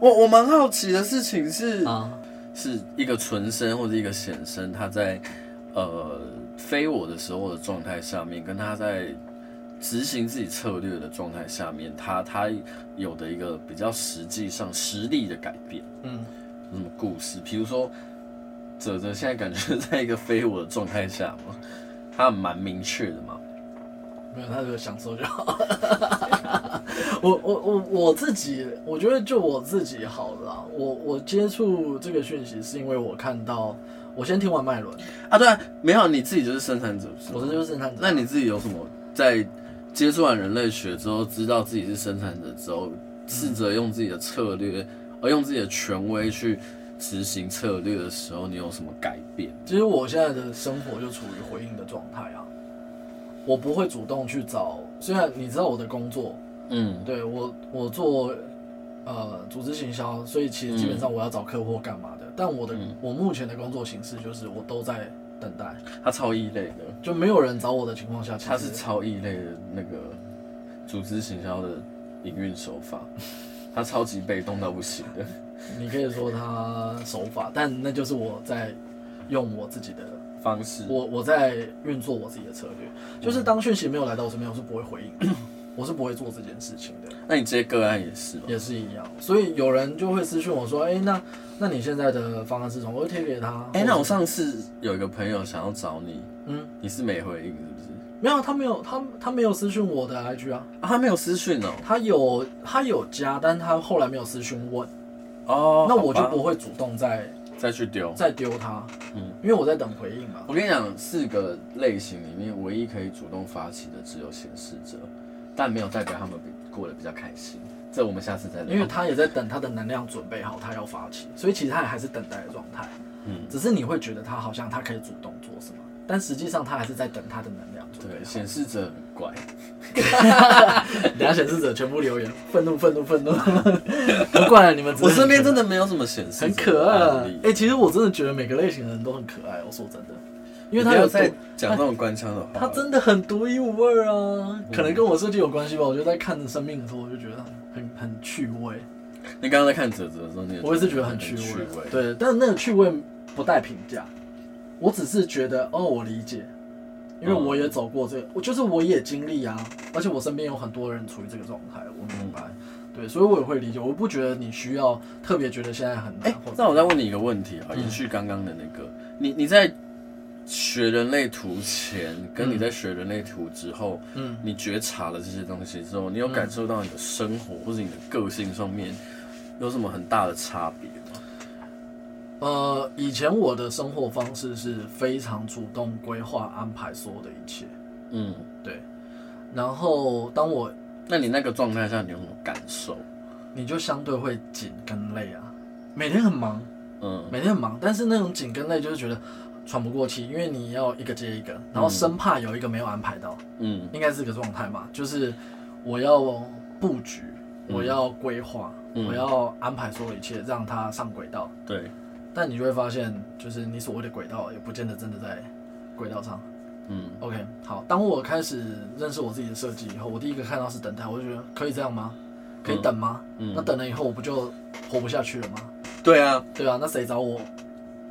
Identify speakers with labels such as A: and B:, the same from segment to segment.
A: 我我蛮好奇的事情是，
B: 啊，
A: 是一个纯生或者一个显生，他在呃非我的时候的状态下面，跟他在执行自己策略的状态下面，他他有的一个比较实际上实力的改变，
B: 嗯，
A: 有什么故事？比如说，哲哲现在感觉在一个非我的状态下嘛，他蛮明确的嘛，
B: 没有，他就享受就好。 我我我我自己，我觉得就我自己好了啦。我我接触这个讯息是因为我看到，我先听完脉轮，
A: 啊，对啊，没有你自己就是生产者，不是吗
B: 我这就是生产者。
A: 那你自己有什么在接触完人类学之后，知道自己是生产者之后，试着用自己的策略，而用自己的权威去执行策略的时候，你有什么改变？
B: 其实我现在的生活就处于回应的状态啊，我不会主动去找。虽然你知道我的工作，
A: 嗯，
B: 对我我做呃组织行销，所以其实基本上我要找客户干嘛的。但我的、
A: 嗯
B: 我目前的工作形式就是我都在等待，
A: 他超异类的，
B: 就没有人找我的情况下，其
A: 他是
B: 实
A: 超异类的那个组织行销的营运手 法，他超级被动到不行的。
B: 你可以说他手法，但那就是我在用我自己的，
A: 方式，
B: 我我在运作我自己的策略。就是当讯息没有来到我身边，我是不会回应的，我是不会做这件事情的。
A: 那你接个案也是吗？
B: 也是一样，所以有人就会私讯我说：“哎、那那你现在的方案是什么？”我会贴给他。
A: 哎、那我
B: 或者
A: 上次有一个朋友想要找你，
B: 嗯，
A: 你是没回应是不是？
B: 没有，啊他没有，他他没有私讯我的 IG 啊，
A: 啊，他没有私讯哦。
B: 他有他有加，但他后来没有私讯我，
A: 哦，
B: 那我就
A: 好吧
B: 不会主动再
A: 再去丢。
B: 再丢他，
A: 嗯，
B: 因为我在等回应嘛。
A: 我跟你讲，四个类型里面，唯一可以主动发起的只有显示者，但没有代表他们比过得比较开心。这我们下次再聊。
B: 因为他也在等他的能量准备好，他要发起，所以其实他还是等待的状态。
A: 嗯，
B: 只是你会觉得他好像他可以主动做什么，但实际上他还是在等他的能量准备
A: 对，
B: 好。
A: 显示者很怪。
B: 等一下显示者全部留言，愤怒愤怒愤怒， 不怪了你们只是
A: 我
B: 很可爱，
A: 身边真的没有什么显示者
B: 很可
A: 的
B: 爱
A: 案例。
B: 哎、其实我真的觉得每个类型的人都很可爱，我说真的，因为
A: 你
B: 他
A: 不要
B: 有
A: 在
B: 独
A: 讲这种官腔的话，
B: 他真的很独一无二啊，可能跟我设计有关系吧。我就在看生命的时候，我就觉得很很趣味，
A: 你刚刚在看哲哲的时候，你
B: 我也是觉得很趣
A: 趣
B: 味。，对，但那个趣味不带评价，我只是觉得哦，我理解，因为
A: 嗯
B: 我也走过这个，我就是我也经历啊，而且我身边有很多人处于这个状态，我明白。
A: 嗯
B: 对，所以我也会理解，我不觉得你需要特别觉得现在很难。
A: 哎、
B: 或者
A: 那我再问你一个问题啊，
B: 嗯
A: 延续刚刚的那个，你你在学人类图前，跟你在学人类图之后，
B: 嗯，
A: 你觉察了这些东西之后，你有感受到你的生活或者你的个性上面有什么很大的差别吗？
B: 呃，以前我的生活方式是非常主动规划安排所有的一切，
A: 嗯，
B: 对。然后当我
A: 那你那个状态下，你有什么感受？
B: 你就相对会紧跟累啊，每天很忙，
A: 嗯，
B: 每天很忙，但是那种紧跟累就是觉得喘不过气，因为你要一个接一个，然后生怕有一个没有安排到，
A: 嗯
B: 应该是这个状态嘛，就是我要布局，
A: 嗯
B: 我要规划，
A: 嗯
B: 我要安排所有一切，让它上轨道。
A: 对，
B: 但你就会发现，就是你所谓的轨道，也不见得真的在轨道上。
A: 嗯
B: OK，好，当我开始认识我自己的设计以后，我第一个看到是等待，我就觉得可以这样吗？可以等吗？
A: 嗯，
B: 那等了以后，我不就活不下去了吗？
A: 对啊，
B: 对啊，那谁找我？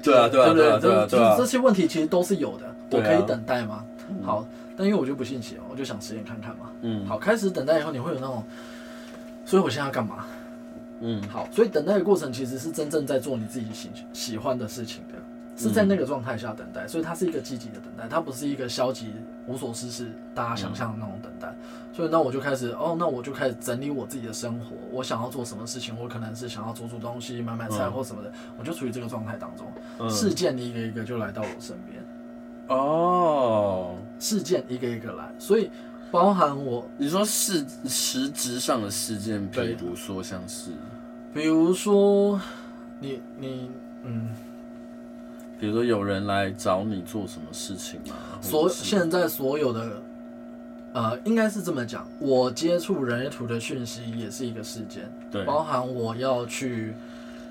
A: 对啊，对啊，
B: 不对
A: 对啊，对啊，
B: 就
A: 对啊
B: 就是这，些问题其实都是有的，
A: 对
B: 我
A: 啊
B: 可以等待嘛。好，但因为我就不信邪，我就想实验看看嘛。
A: 嗯，
B: 好，开始等待以后，你会有那种，所以我现在要干嘛？
A: 嗯，
B: 好，所以等待的过程其实是真正在做你自己喜喜欢的事情的，是在那个状态下等
A: 嗯
B: 待，所以它是一个积极的等待，它不是一个消极无所事事大家想象的那种等待。
A: 嗯
B: 所以那我就开始，哦，那我就开始整理我自己的生活，我想要做什么事情，我可能是想要煮煮东西、买买菜
A: 嗯
B: 或什么的，我就处于这个状态当中，
A: 嗯
B: 事件一个一个就来到我身边。
A: 哦。
B: 事件一个一个来，所以包含我，
A: 你说事实质上的事件，比
B: 对
A: 如说像是，
B: 比如说你你嗯，
A: 比如说有人来找你做什么事情吗？
B: 所
A: 或者是
B: 现在所有的呃，应该是这么讲，我接触人类图的讯息也是一个事件，
A: 对，
B: 包含我要去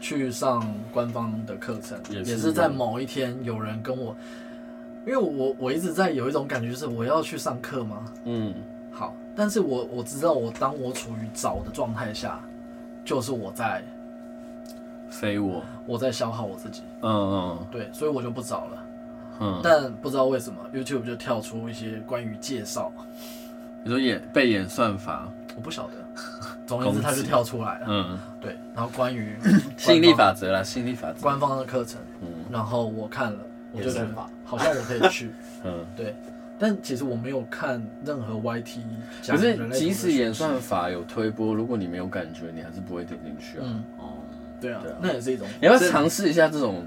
B: 去上官方的课程，
A: 也
B: 也
A: 是
B: 是在某一天有人跟我，因为我我一直在有一种感觉，就是我要去上课吗？
A: 嗯
B: 好，但是我我知道，我当我处于找的状态下，就是我在
A: 非我，
B: 我在消耗我自己，
A: 嗯嗯
B: 对，所以我就不找了。
A: 嗯，
B: 但不知道为什么 YouTube 就跳出一些关于介绍，
A: 你说演被演算法，
B: 我不晓得。 总而言之，它就跳出来了。
A: 嗯，
B: 对，然后关于
A: 吸引力
B: 官方
A: 法则啦，吸引力法则，
B: 官方的课程，
A: 嗯
B: 然后我看了，我就觉
C: 演算
B: 得好像我可以去。
A: 嗯。
B: 对，但其实我没有看任何 YT
A: 可
B: 讲
A: 是
B: 人类图，的
A: 即使演
B: 学
A: 算
B: 习，
A: 法有推波，如果你没有感觉，你还是不会点进去啊。
B: 嗯，
C: 哦，
B: 对啊
A: 对啊，
B: 那也是一种。
A: 你要不
C: 这
A: 要尝试一下这种？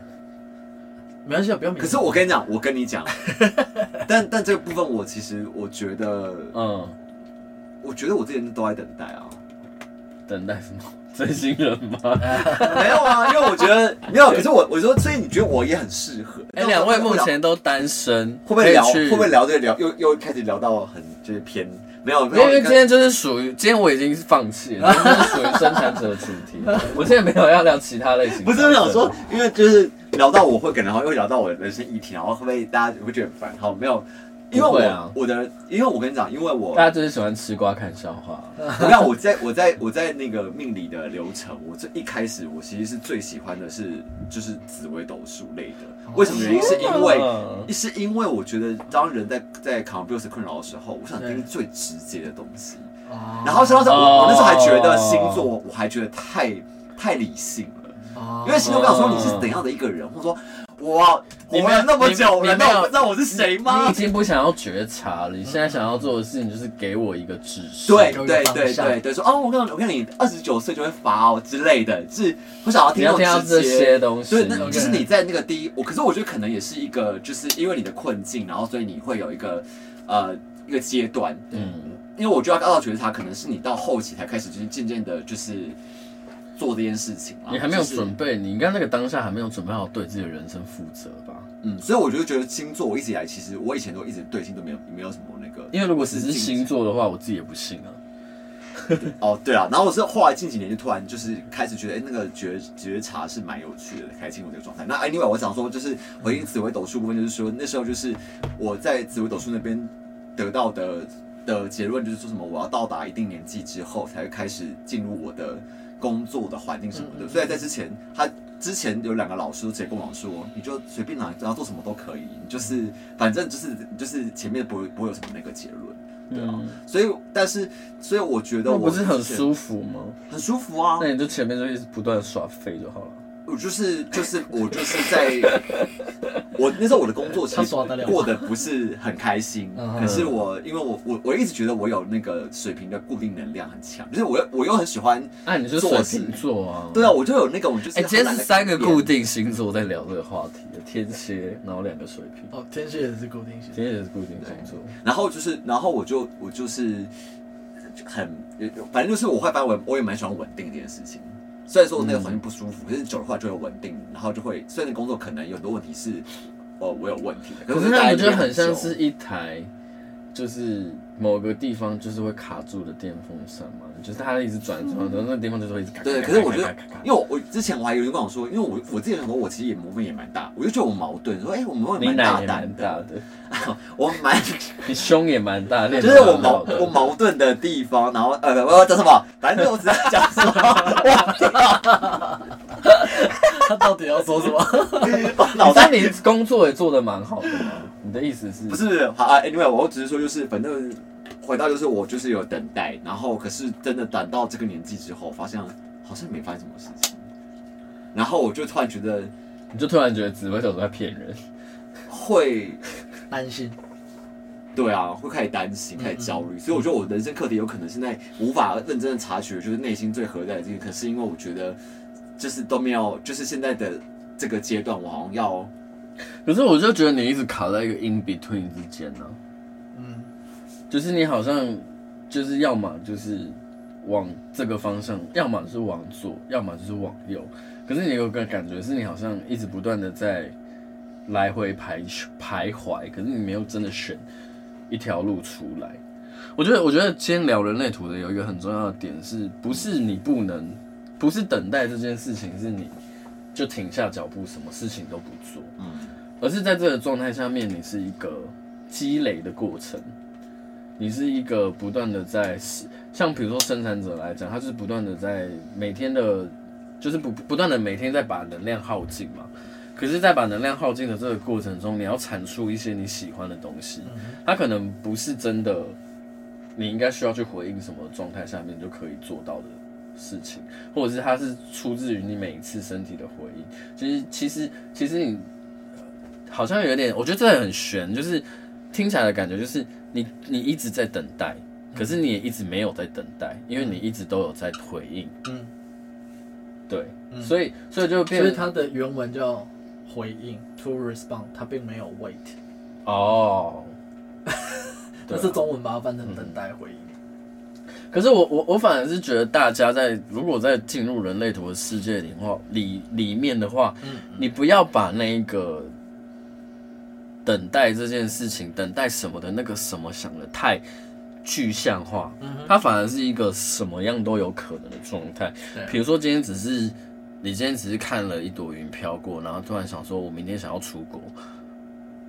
B: 没关系啊，不要迷
C: 可是我跟你讲，我跟你讲， 但但这个部分我其实我觉得，
A: 嗯，
C: 我觉得我之前都在等待啊，
A: 等待什么？ 真心人吗？
C: 哎没有啊， 因为我觉得没有，可是我我说，所以你觉得我也很适合？
A: 哎，两位目前都单身，
C: 会不会聊？
A: 可以
C: 会
A: 去
C: 不会？聊这个聊又又开始聊到很就是偏没有？
A: 因为今天就是属于，今天我已经放弃 了，今天就是属于生产者的主题。我现在没有要聊其他类型的。
C: 不是我想说，因为就是聊到我会感，然后又聊到我的人生议题，然后会不会大家会觉得很烦？好，没有，因为
A: 不
C: 我、
A: 会啊
C: 我的，因为我跟你讲，因为我
A: 大家就是喜欢吃瓜看笑话。
C: 我看我在我在我在那个命理的流程，我最一开始我其实是最喜欢的是就是紫微斗数类的，
A: 哦
C: 为什么原因？是因为
A: 嗯
C: 是因为我觉得当人在在 confuse 困扰的时候，我想听
B: 对
C: 最直接的东西。
B: 哦
C: 然后像上
A: 哦
C: 我我那时候还觉得星座，我还觉得太太理性了。
B: 哦
C: 因为星座跟我说你是怎样的一个人，或者说我活了那么久
A: 哦你没有
C: 了，难道我不知道我是谁
A: 你已
C: 吗？
A: 经不想要觉察了，你现在想要做的事情就是给我一个指示。
C: 对
B: 给我一个
C: 对
B: 方
C: 对
B: 向
C: 对对，说哦，我跟你我跟你二十九岁就会发哦之类的，是我想要
A: 你
C: 听
A: 要听到
C: 到
A: 这
C: 直
A: 些
C: 接。
A: 东西
C: 对，。那就是你在那个第一，我可是我觉得可能也是一个，就是因为你的困境，然后所以你会有一个呃一个阶段，
A: 嗯，
C: 因为我觉得高到觉察可能是你到后期才开始，就是渐渐的，就是做这件事情啦
A: 你还没有
C: 就是
A: 准备，你应该那个当下还没有准备好对自己的人生负责吧？
C: 嗯，所以我就觉得星座，我一直以来其实我以前都一直对星座没有没有什么那个，
A: 因为如果只是星座的话，我自己也不信啊。
C: 哦，对啊，然后我是后来近几年就突然就是开始觉得，哎、那个觉觉察是蛮有趣的，开始进入这个状态。那 anyway，我想说就是回应紫微斗数部分，就是说那时候就是我在紫微斗数那边得到的的结论，就是说什么我要到达一定年纪之后才会开始进入我的工作的环境什么
A: 嗯
C: 的。所以在之前，他之前有两个老师都直接跟我说，你就随便拿，你要做什么都可以，你就是反正就是就是前面不会不会有什么那个结论。对啊，所以但是，所以我觉
A: 那
C: 得
A: 不
C: 我
A: 是很
C: 之前
A: 舒服吗？
C: 很舒服啊。
A: 那你就前面就一直不断地耍废就好了。
C: 我就是就是我就是在，我那时候我的工作其
B: 他
C: 实
B: 耍得了吗
C: 过得不是很开心，
B: 嗯
C: 可是我因为我我我一直觉得我有那个水平的固定能量很强，就是我又我又很喜欢，
A: 那你就水瓶座啊。
C: 对啊，。我就有那个我就
A: 嗯
C: 是
A: 哎，今天是三个固
C: 固定。
A: 定星座在聊这个话题，天蝎，然后两个水瓶，
B: 哦，天蝎也是固定星，
A: 天蝎也是固定星座。
C: 然后就是，然后我就我就是很，反正就是我会发现我我也蛮喜欢稳定这件事情。虽然说我那个
A: 嗯
C: 环境不舒服，可是久的话就会稳定，然后就会虽然工作可能有很多问题是，哦我有问题的，
A: 可是那
C: 我
A: 个就很像
C: 啊
A: 是一台，就是某个地方就是会卡住的电风扇嘛，就是它一直转转转，那个地方就是会一直卡。
C: 嗯对，
A: 咔
C: 可是我觉
A: 咔
C: 得
A: 咔咔咔，
C: 因为我我之前我还有人跟我说，因为我我自己想说，我其实也毛病也蛮大，我就觉得我矛盾，说哎、我毛
A: 你
C: 病蛮
A: 奶
C: 大
A: 也
C: 胆
A: 蛮大
C: 的，
A: 的，
C: 我蛮
A: 你胸也蛮 大，就
C: 就是我矛我矛盾的地方，然后呃不我讲什么，反正我只在讲什么，
B: 他到底要说什 么？
C: 我脑袋
A: 但你工作也做得蛮好的嘛，你的意思是？
C: 不是，好啊，anyway，我只是说就是，反正回到就是我就是有等待，然后可是真的等到这个年纪之后，发现好像没发生什么事情，然后我就突然觉得
A: 你就突然觉得紫微斗数在骗人，
C: 会，
B: 担心，
C: 对啊，会开始担心，开始焦
A: 嗯
C: 虑，所以我觉得我人生课题有可能现在无法认真的察觉，就是内心最核在的这个，可是因为我觉得就是都没有，就是现在的这个阶段，我好像要。
A: 可是我就觉得你一直卡在一个 in between 之间呢、
B: 嗯，
A: 就是你好像就是要么就是往这个方向，要么就是往左，要么就是往右。可是你有个感觉是你好像一直不断的在来回徘徘徊，可是你没有真的选一条路出来。我觉得，我觉得今天聊人类图的有一个很重要的点是，不是你不能，不是等待这件事情，是你就停下脚步，什么事情都不做，
C: 嗯
A: 而是在这个状态下面，你是一个积累的过程，你是一个不断的在，像比如说生产者来讲，他是不断的在每天的就是不不断的每天在把能量耗尽嘛。可是，在把能量耗尽的这个过程中，你要产出一些你喜欢的东西，它可能不是真的，你应该需要去回应什么状态下面就可以做到的事情，或者是它是出自于你每一次身体的回应。其实，其实，其实你呃好像有点，我觉得这很悬，就是听起来的感觉就是你你一直在等待，
B: 嗯
A: 可是你也一直没有在等待，因为你一直都有在回应。
B: 嗯，
A: 对，所以所以就变
B: 所以它的原文叫回应 to respond，它并没有 wait，
A: 哦，
B: 但
A: 对啊
B: 是中文把它翻成等待回应。
A: 可是我我我反而是觉得大家在如果在进入人类图的世界里的话，里里面的话，
B: 嗯，
A: 你不要把那个等待这件事情，等待什么的那个什么想的太具象化，
B: 嗯
A: 它反而是一个什么样都有可能的状态。
B: 对啊
A: 比如说今天只是你今天只是看了一朵云飘过，然后突然想说我明天想要出国，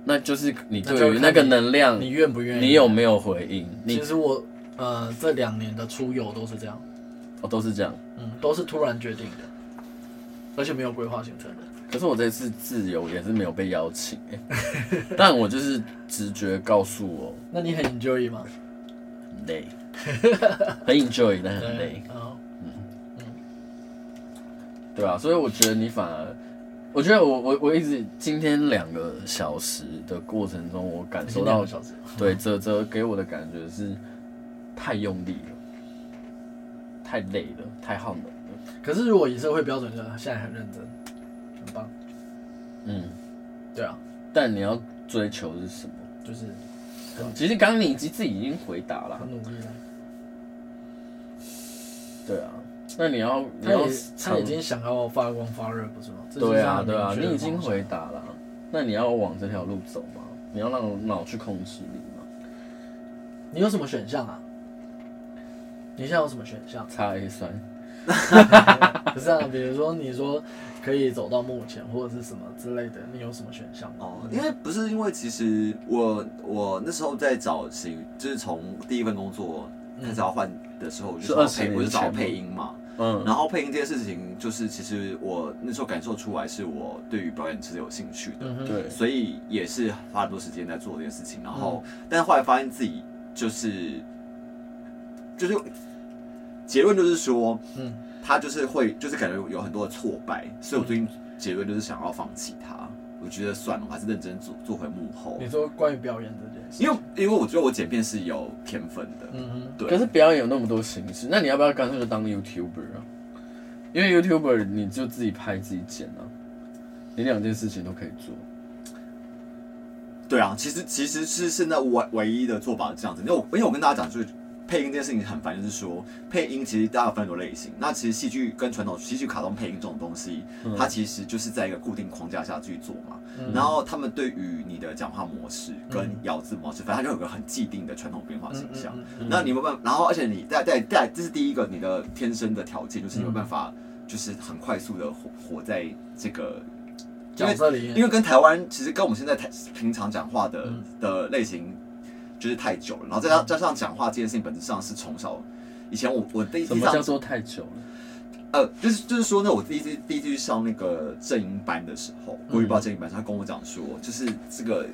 A: 那就是你
B: 那就
A: 对于
B: 看
A: 那个
B: 你
A: 能量，
B: 嗯你愿不愿意？
A: 你有没有回应？你
B: 其实我呃这两年的出游都是这样，
A: 哦都是这样。
B: 嗯，都是突然决定的，而且没有规划行程的。
A: 可是我这次自由也是没有被邀请、欸 但我就是直觉告诉我
B: 那你很 enjoy 吗？
A: 很 累，很 enjoy 但很累，
B: 嗯，
A: 对吧、所以我觉得你反而，我觉得我我我一直今天两个小时的过程中，我感受
B: 两
A: 到
B: 个小时。
A: 对泽泽给我的感觉是太用力了，太累了，太耗能了。
B: 可是如果以社会标准，就现在很认真，很棒。
A: 嗯，
B: 对啊，
A: 但你要追求的是什么？
B: 就是
A: 其实刚刚你已经自己已经回答了
B: 很，努力了。
A: 对啊。那你要你
B: 他
A: 要
B: 也他
A: 尝
B: 已经想要发光发热，不是吗？这就是
A: 对
B: 他
A: 啊，
B: 的
A: 对啊，
B: 明确的
A: 你已经
B: 方向
A: 回答了，那你要往这条路走吗？你要让脑去控制你吗？？
B: 你有什么选项啊？你现在有什么选 项
A: 擦 A 酸，
B: 不是啊，比如说你说可以走到目前或者是什么之类的，你有什么选项吗？
C: 哦，因为不是因为其实我我那时候在找型，就是从第一份工作开始要换的时候，我
A: 是
C: 就找
A: 20
C: 配我
A: 年
C: 就
A: 前
C: 找
A: 吗
C: 配音嘛。
A: 嗯
C: 然后配音这件事情，就是其实我那时候感受出来，是我对于表演是有兴趣的，
B: 嗯哼，
A: 对，
C: 所以也是花很多时间在做这件事情。然后，但后来发现自己就是就是结论就是说，
B: 嗯，
C: 他就是会就是感觉有很多的挫败，所以我最近结论就是想要放弃他。我觉得算了，我还是认真做做回幕后
B: 你。说关于表演这件事，
C: 因为因为我觉得我剪片是有天分的，
B: 嗯哼，
A: 可是表演有那么多形式，那你要不要干脆就当 YouTuber 啊？因为 YouTuber 你就自己拍自己剪啊，你两件事情都可以做。
C: 对啊，其实其实是现在唯唯一的做法是这样子。因为我因为我跟大家讲，就是配音这件事情很烦，就是说配音其实大家有分很多类型。那其实戏剧跟传统戏剧、卡通配音这种东西，它其实就是在一个固定框架下去做嘛。然后他们对于你的讲话模式跟咬字模式，反正它就有个很既定的传统变化
B: 嗯
C: 形象。那你有没有办法？然后而且你在在在，这是第一个你的天生的条件，就是你有办法，就是很快速的活活在这个
B: 角色嗯里面，
C: 因为跟台湾其实跟我们现在台平常讲话的、
B: 嗯
C: 的类型就是太久了，然后再加
A: 嗯
C: 加上讲话这件事情本质上是从小。以前我我第一
A: 什
C: 次
A: 么叫
C: 上
A: 做太久了？
C: 呃，就是就是说呢，我第一次第一次去上那个正音班的时候，国
A: 嗯
C: 语报正音班，他跟我讲说，就是这个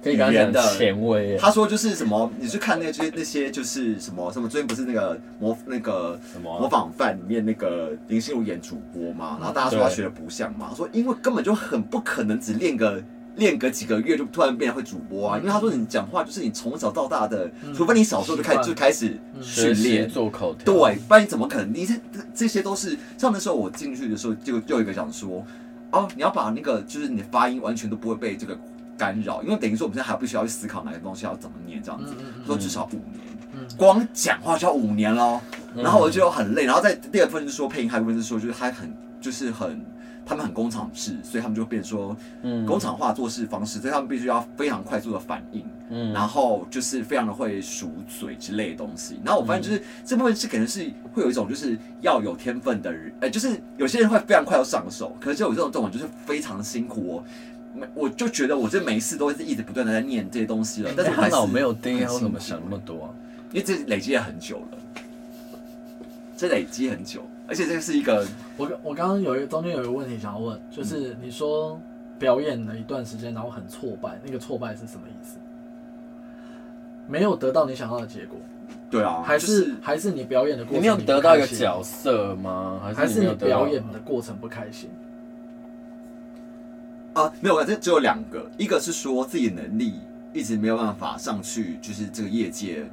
A: 可以跟他
C: 语言
A: 讲啊
C: 的
A: 前卫耶，
C: 他说就是什么，你去看那些那些就是什么什么，最近不是那个模那个
A: 什么啊
C: 模仿犯里面那个林心如演主播嘛，然后大家说他
A: 对
C: 学的不像嘛，他说因为根本就很不可能只练个。练个几个月就突然变会主播啊，因为他说你讲话就是你从小到大的，
A: 嗯
C: 除非你小时候就开
B: 习惯
C: 就开始
A: 学
C: 训
A: 习
C: 练，
A: 做口条，
C: 对，不然你怎么可能？你这这这些都是像那时候我进去的时候，就就有一个讲说，哦，你要把那个就是你的发音完全都不会被这个干扰，因为等于说我们现在还不需要去思考哪个东西要怎么念这样子，
B: 嗯嗯
C: 说至少五年，
B: 嗯
C: 光讲话就要五年喽。然后我就很累，然后在第二部分就说配音，还有一部分是说就是他很就是很。他们很工厂制，所以他们就变说
A: 嗯
C: 工厂化做事方式，所以他们必须要非常快速的反应，
A: 嗯
C: 然后就是非常的会数嘴之类的东西。然后我发现就是、这部分是可能是会有一种就是要有天分的人，呃，就是有些人会非常快要上手，可是有这种这种就是非常辛苦哦。没我就觉得我这每一次都是一直不断的在念这些东西了，但是我还
A: 他
C: 是
A: 脑没有钉，
C: 很
A: 他
C: 辛苦
A: 怎么想那么多啊？
C: 因为这累积了很久了，这累积很久。而且这是一个
B: 我刚我刚刚有一个中间有一个问题想要问，就是
A: 嗯
B: 你说表演了一段时间，然后很挫败，那个挫败是什么意思？没有得到你想要的结果，
C: 对啊，
B: 还、
C: 就是
B: 还是你表演的过
A: 哦你
B: 程
A: 没有
B: 不
A: 得到一个
B: 开心，
A: 角色吗？还
B: 还
A: 是
B: 是
A: 你没
B: 你
A: 有得到
B: 表演的过程不开心？
C: 啊，没有，这只有两个，一个是说自己的能力一直没有办法上去，就是这个业界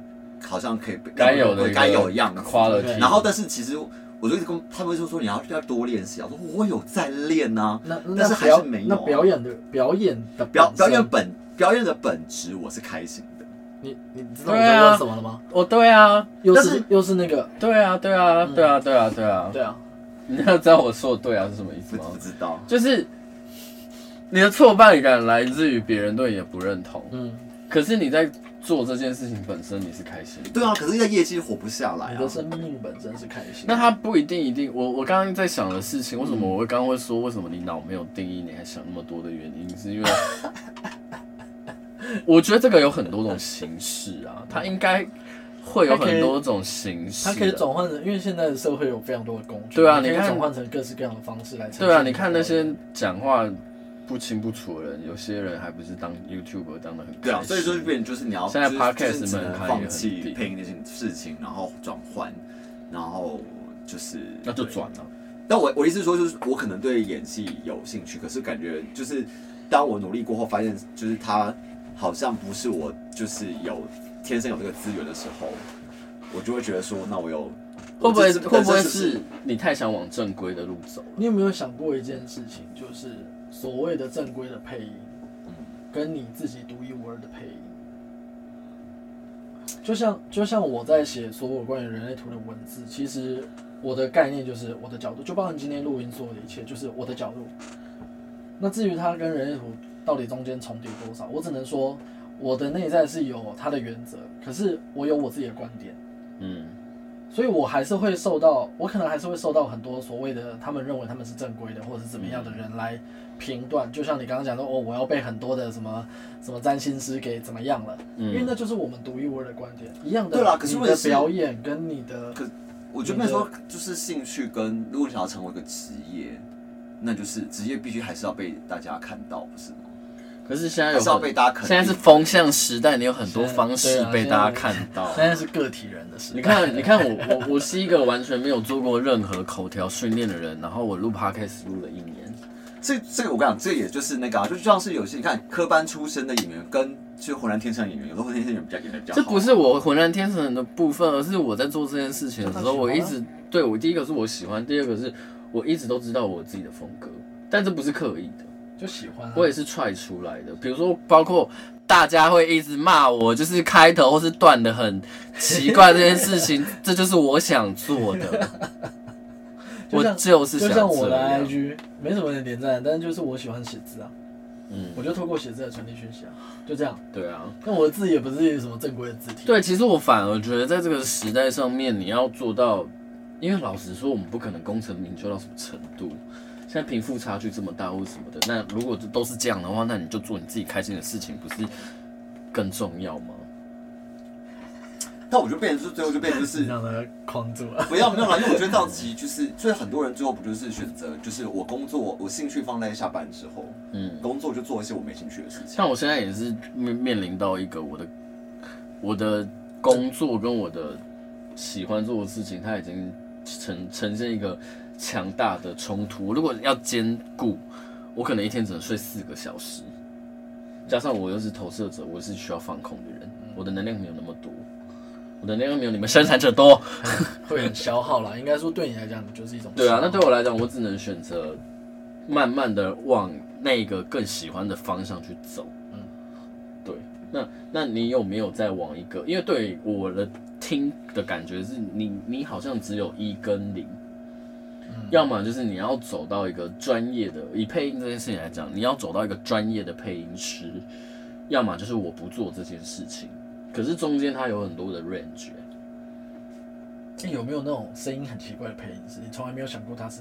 C: 好像可以被
A: 该有的一个
C: 该有的样子。
A: quality？
C: 然后，但是其实我就跟他们就说你要要多练习啊，我说我有在练呐、
B: 那
C: 但
B: 那
C: 是还
B: 表
C: 是没有
B: 那
C: 啊
B: 表演的表演的
C: 表
A: 嗯
B: 本
C: 表
B: 身
C: 演，本表演的本质我是开心的，
B: 你你知道我
A: 对啊
B: 在问什么了吗？
A: 哦，对啊，
B: 又
C: 但
B: 是
C: 是
B: 又是那个
A: 对啊，对啊，
B: 嗯
A: 对啊，对啊，对啊。
B: 对啊，
A: 你要知道我说的对啊是什么意思
C: 不
A: 吗？
B: 嗯
C: 不知道。
A: 就是你的挫败感来自于别人对你的不认同，
B: 嗯，
A: 可是你在做这件事情本身你是开心的。
C: 对啊，可是在业界活不下来
B: 你
C: 啊
B: 的。生命本身是开心。
A: 那他不一定一定，我我刚刚在想的事
B: 嗯
A: 情，为什么我会刚刚会说为什么你脑没有定义，你还想那么多的原因，是因为 我觉得这个有很多种形式啊，它应该会有
B: 它可以
A: 很多种形式、
B: 它
A: 啊，
B: 可以转换成，因为现在的社会有非常多的工具，
A: 对啊
B: 你可以
A: 你看
B: 转换成各式各样的方式来呈现。
A: 对啊，你看
C: 哦
A: 那些讲话不清不楚的人，有些人还不是当 YouTuber 当的很
C: 对啊，
A: 开
C: 所以说
A: 心
C: 变成就是你要
A: 现在
C: 就是
A: podcast
C: 就是只能
A: 门槛也
C: 放
A: 很
C: 弃
A: 低
C: 配音那些事情，然后转换，然后就是
A: 那就
C: 对
A: 转了。
C: 但我我意思是说，就是我可能对演戏有兴趣，可是感觉就是当我努力过后，发现就是它好像不是我就是有天生有这个资源的时候，我就会觉得说，那我有
A: 会不会
C: 我这
A: 会不会
C: 本身是
A: 是你太想往正规的路走了？
B: 你有没有想过一件事情，就是所谓的正规的配音，跟你自己独一无二的配音，就像就像我在写所有关于人类图的文字，其实我的概念就是我的角度，就包括今天录音所有的一切，就是我的角度。那至于它跟人类图到底中间重叠多少，我只能说我的内在是有它的原则，可是我有我自己的观点。
A: 嗯，
B: 所以我还是会受到，我可能还是会受到很多所谓的他们认为他们是正规的或者是怎么样的人来评断。就像你刚刚讲说，哦，我要被很多的什么什么占星师给怎么样了，
A: 嗯
B: 因为那就是我们独一无二的观点，一样的。
C: 对啦可是
B: 你
C: 问
B: 的
C: 题是
B: 表演跟你的
C: 可我觉得那时候就是兴趣跟如果你想要成为一个职业，那就是职业必须还是要被大家看到，不是吗？
A: 可是现在
C: 还
A: 有
C: 是要被
A: 很
C: 大家肯定。
A: 现在是风向时代，你有很多
B: 现在
A: 方式
B: 对啊
A: 被
B: 现在
A: 大家看到。
B: 现在是个体人的事。
A: 你看，你看我我我是一个完全没有做过任何口条训练的人，然后我录 podcast 录了一年，
C: 这这个我跟你讲，这也就是那个、啊，就像是有些你看科班出身的演员跟就浑然天成的演员，有的浑然天成演员比较演的比较好。
A: 这不是我浑然天成的部分，而是我在做这件事情的时候，我一直对我第一个是我喜欢，第二个是我一直都知道我自己的风格，但这不是刻意的。
B: 就喜欢、啊，
A: 我也是踹出来的。比如说，包括大家会一直骂我，就是开头或是断的很奇怪这件事 情，这就是我想做的。
B: 就
A: 我
B: 像
A: 就是
B: 就
A: 想
B: 像我
A: 这
B: 的
A: 样。
B: IG 没什么人点赞，但是就是我喜欢写字啊，
A: 嗯，
B: 我就透过写字来传递讯息啊，就这样。
A: 对啊，
B: 那我的字也不是什么正规的字体，
A: 对，其实我反而觉得在这个时代上面，你要做到，因为老实说，我们不可能功成名就到什么程度。现在贫富差距这么大，或什么的，那如果都是这样的话，那你就做你自己开心的事情，不是更重要吗？
C: 但我就变成是最后就变成就 是
B: 让他框住啊。
C: 不要没有啦，因为我觉得到期就是，所以很多人最后不就是选择，就是我工作，我兴趣放在下班之后，
A: 嗯。
C: 工作就做一些我没兴趣的事情。
A: 像我现在也是面面临到一个我的我的工作跟我的喜欢做的事情，它已经呈呈现一个强大的冲突。如果要兼顾，我可能一天只能睡四个小时，加上我又是投射者，我是需要放空的人，我的能量没有那么多，我的能量没有你们生产者多。
B: 会很消耗啦。应该说对你来讲，你就是一种
A: 对啊
B: 消，耗
A: 那对我来讲，我只能选择慢慢的往那个更喜欢的方向去走。嗯
B: 嗯，
A: 对。那那你有没有在往一个？因为对于我的听的感觉是你，你好像只有一跟零，要么就是你要走到一个专业的，以配音这件事情来讲，你要走到一个专业的配音师，要么就是我不做这件事情。可是中间它有很多的 range，欸、
B: 那有没有那种声音很奇怪的配音师？你从来没有想过他是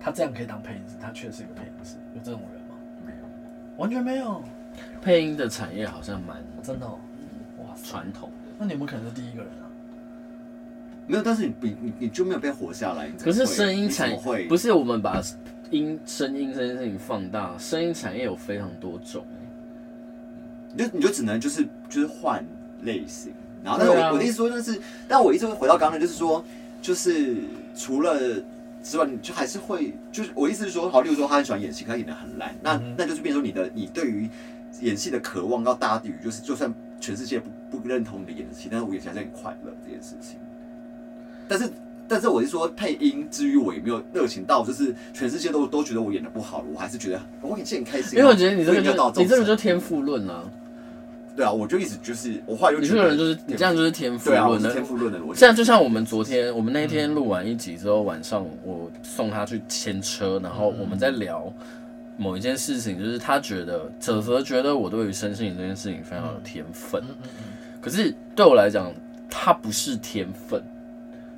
B: 他这样可以当配音师，他确实是一个配音师，有这种人吗？
C: 没有，
B: 完全没有，
A: 配音的产业好像蛮
B: 真的、哦。哇塞，
A: 传统的。
B: 那你们可能是第一个人啊。
C: 没有，但是你你你你就没有被活下来，你怎
A: 可
C: 么
A: 是
C: 会
A: 声音
C: 你怎
A: 产
C: 么会
A: 不是我们把音声音这件事情放大，声音产业有非常多种、
C: 你就你就只能就是就是换类型。然后，但
A: 对
C: 是我、
A: 啊
C: 我的意思说就是，但我一直会回到刚刚的，就是说，就是除了之外，你就还是会，就是我意思是说，好，例如说他很喜欢演戏，可他演的很烂，
A: 嗯
C: 那、那就是变成说你的你对于演戏的渴望要大于，就是就算全世界不不认同你的演戏，但是我演戏还是很快乐这件事情。但是但是我是说配音之于我也没有热情到，就是全世界都都觉得我演的不好了，我还是觉得我演戏很开心啊、
A: 因为我觉得你这个
C: 我也没有到
A: 就你这个
C: 种程
A: 就
C: 度
A: 天赋论啊，
C: 对啊，我就一直就是我后来就
A: 你
C: 觉
A: 这
C: 得
A: 个人就是你这样就是天赋
C: 对啊，我
A: 论
C: 是
A: 的
C: 天。赋嗯论的逻辑
A: 这。样就像我们昨天，我们那天录完一集之后，晚上我送他去牵车，然后我们在聊某一件事情，就是他觉得哲哲觉得我对于身心灵这件事情非常有天分，
B: 嗯嗯嗯，
A: 可是对我来讲，它不是天分，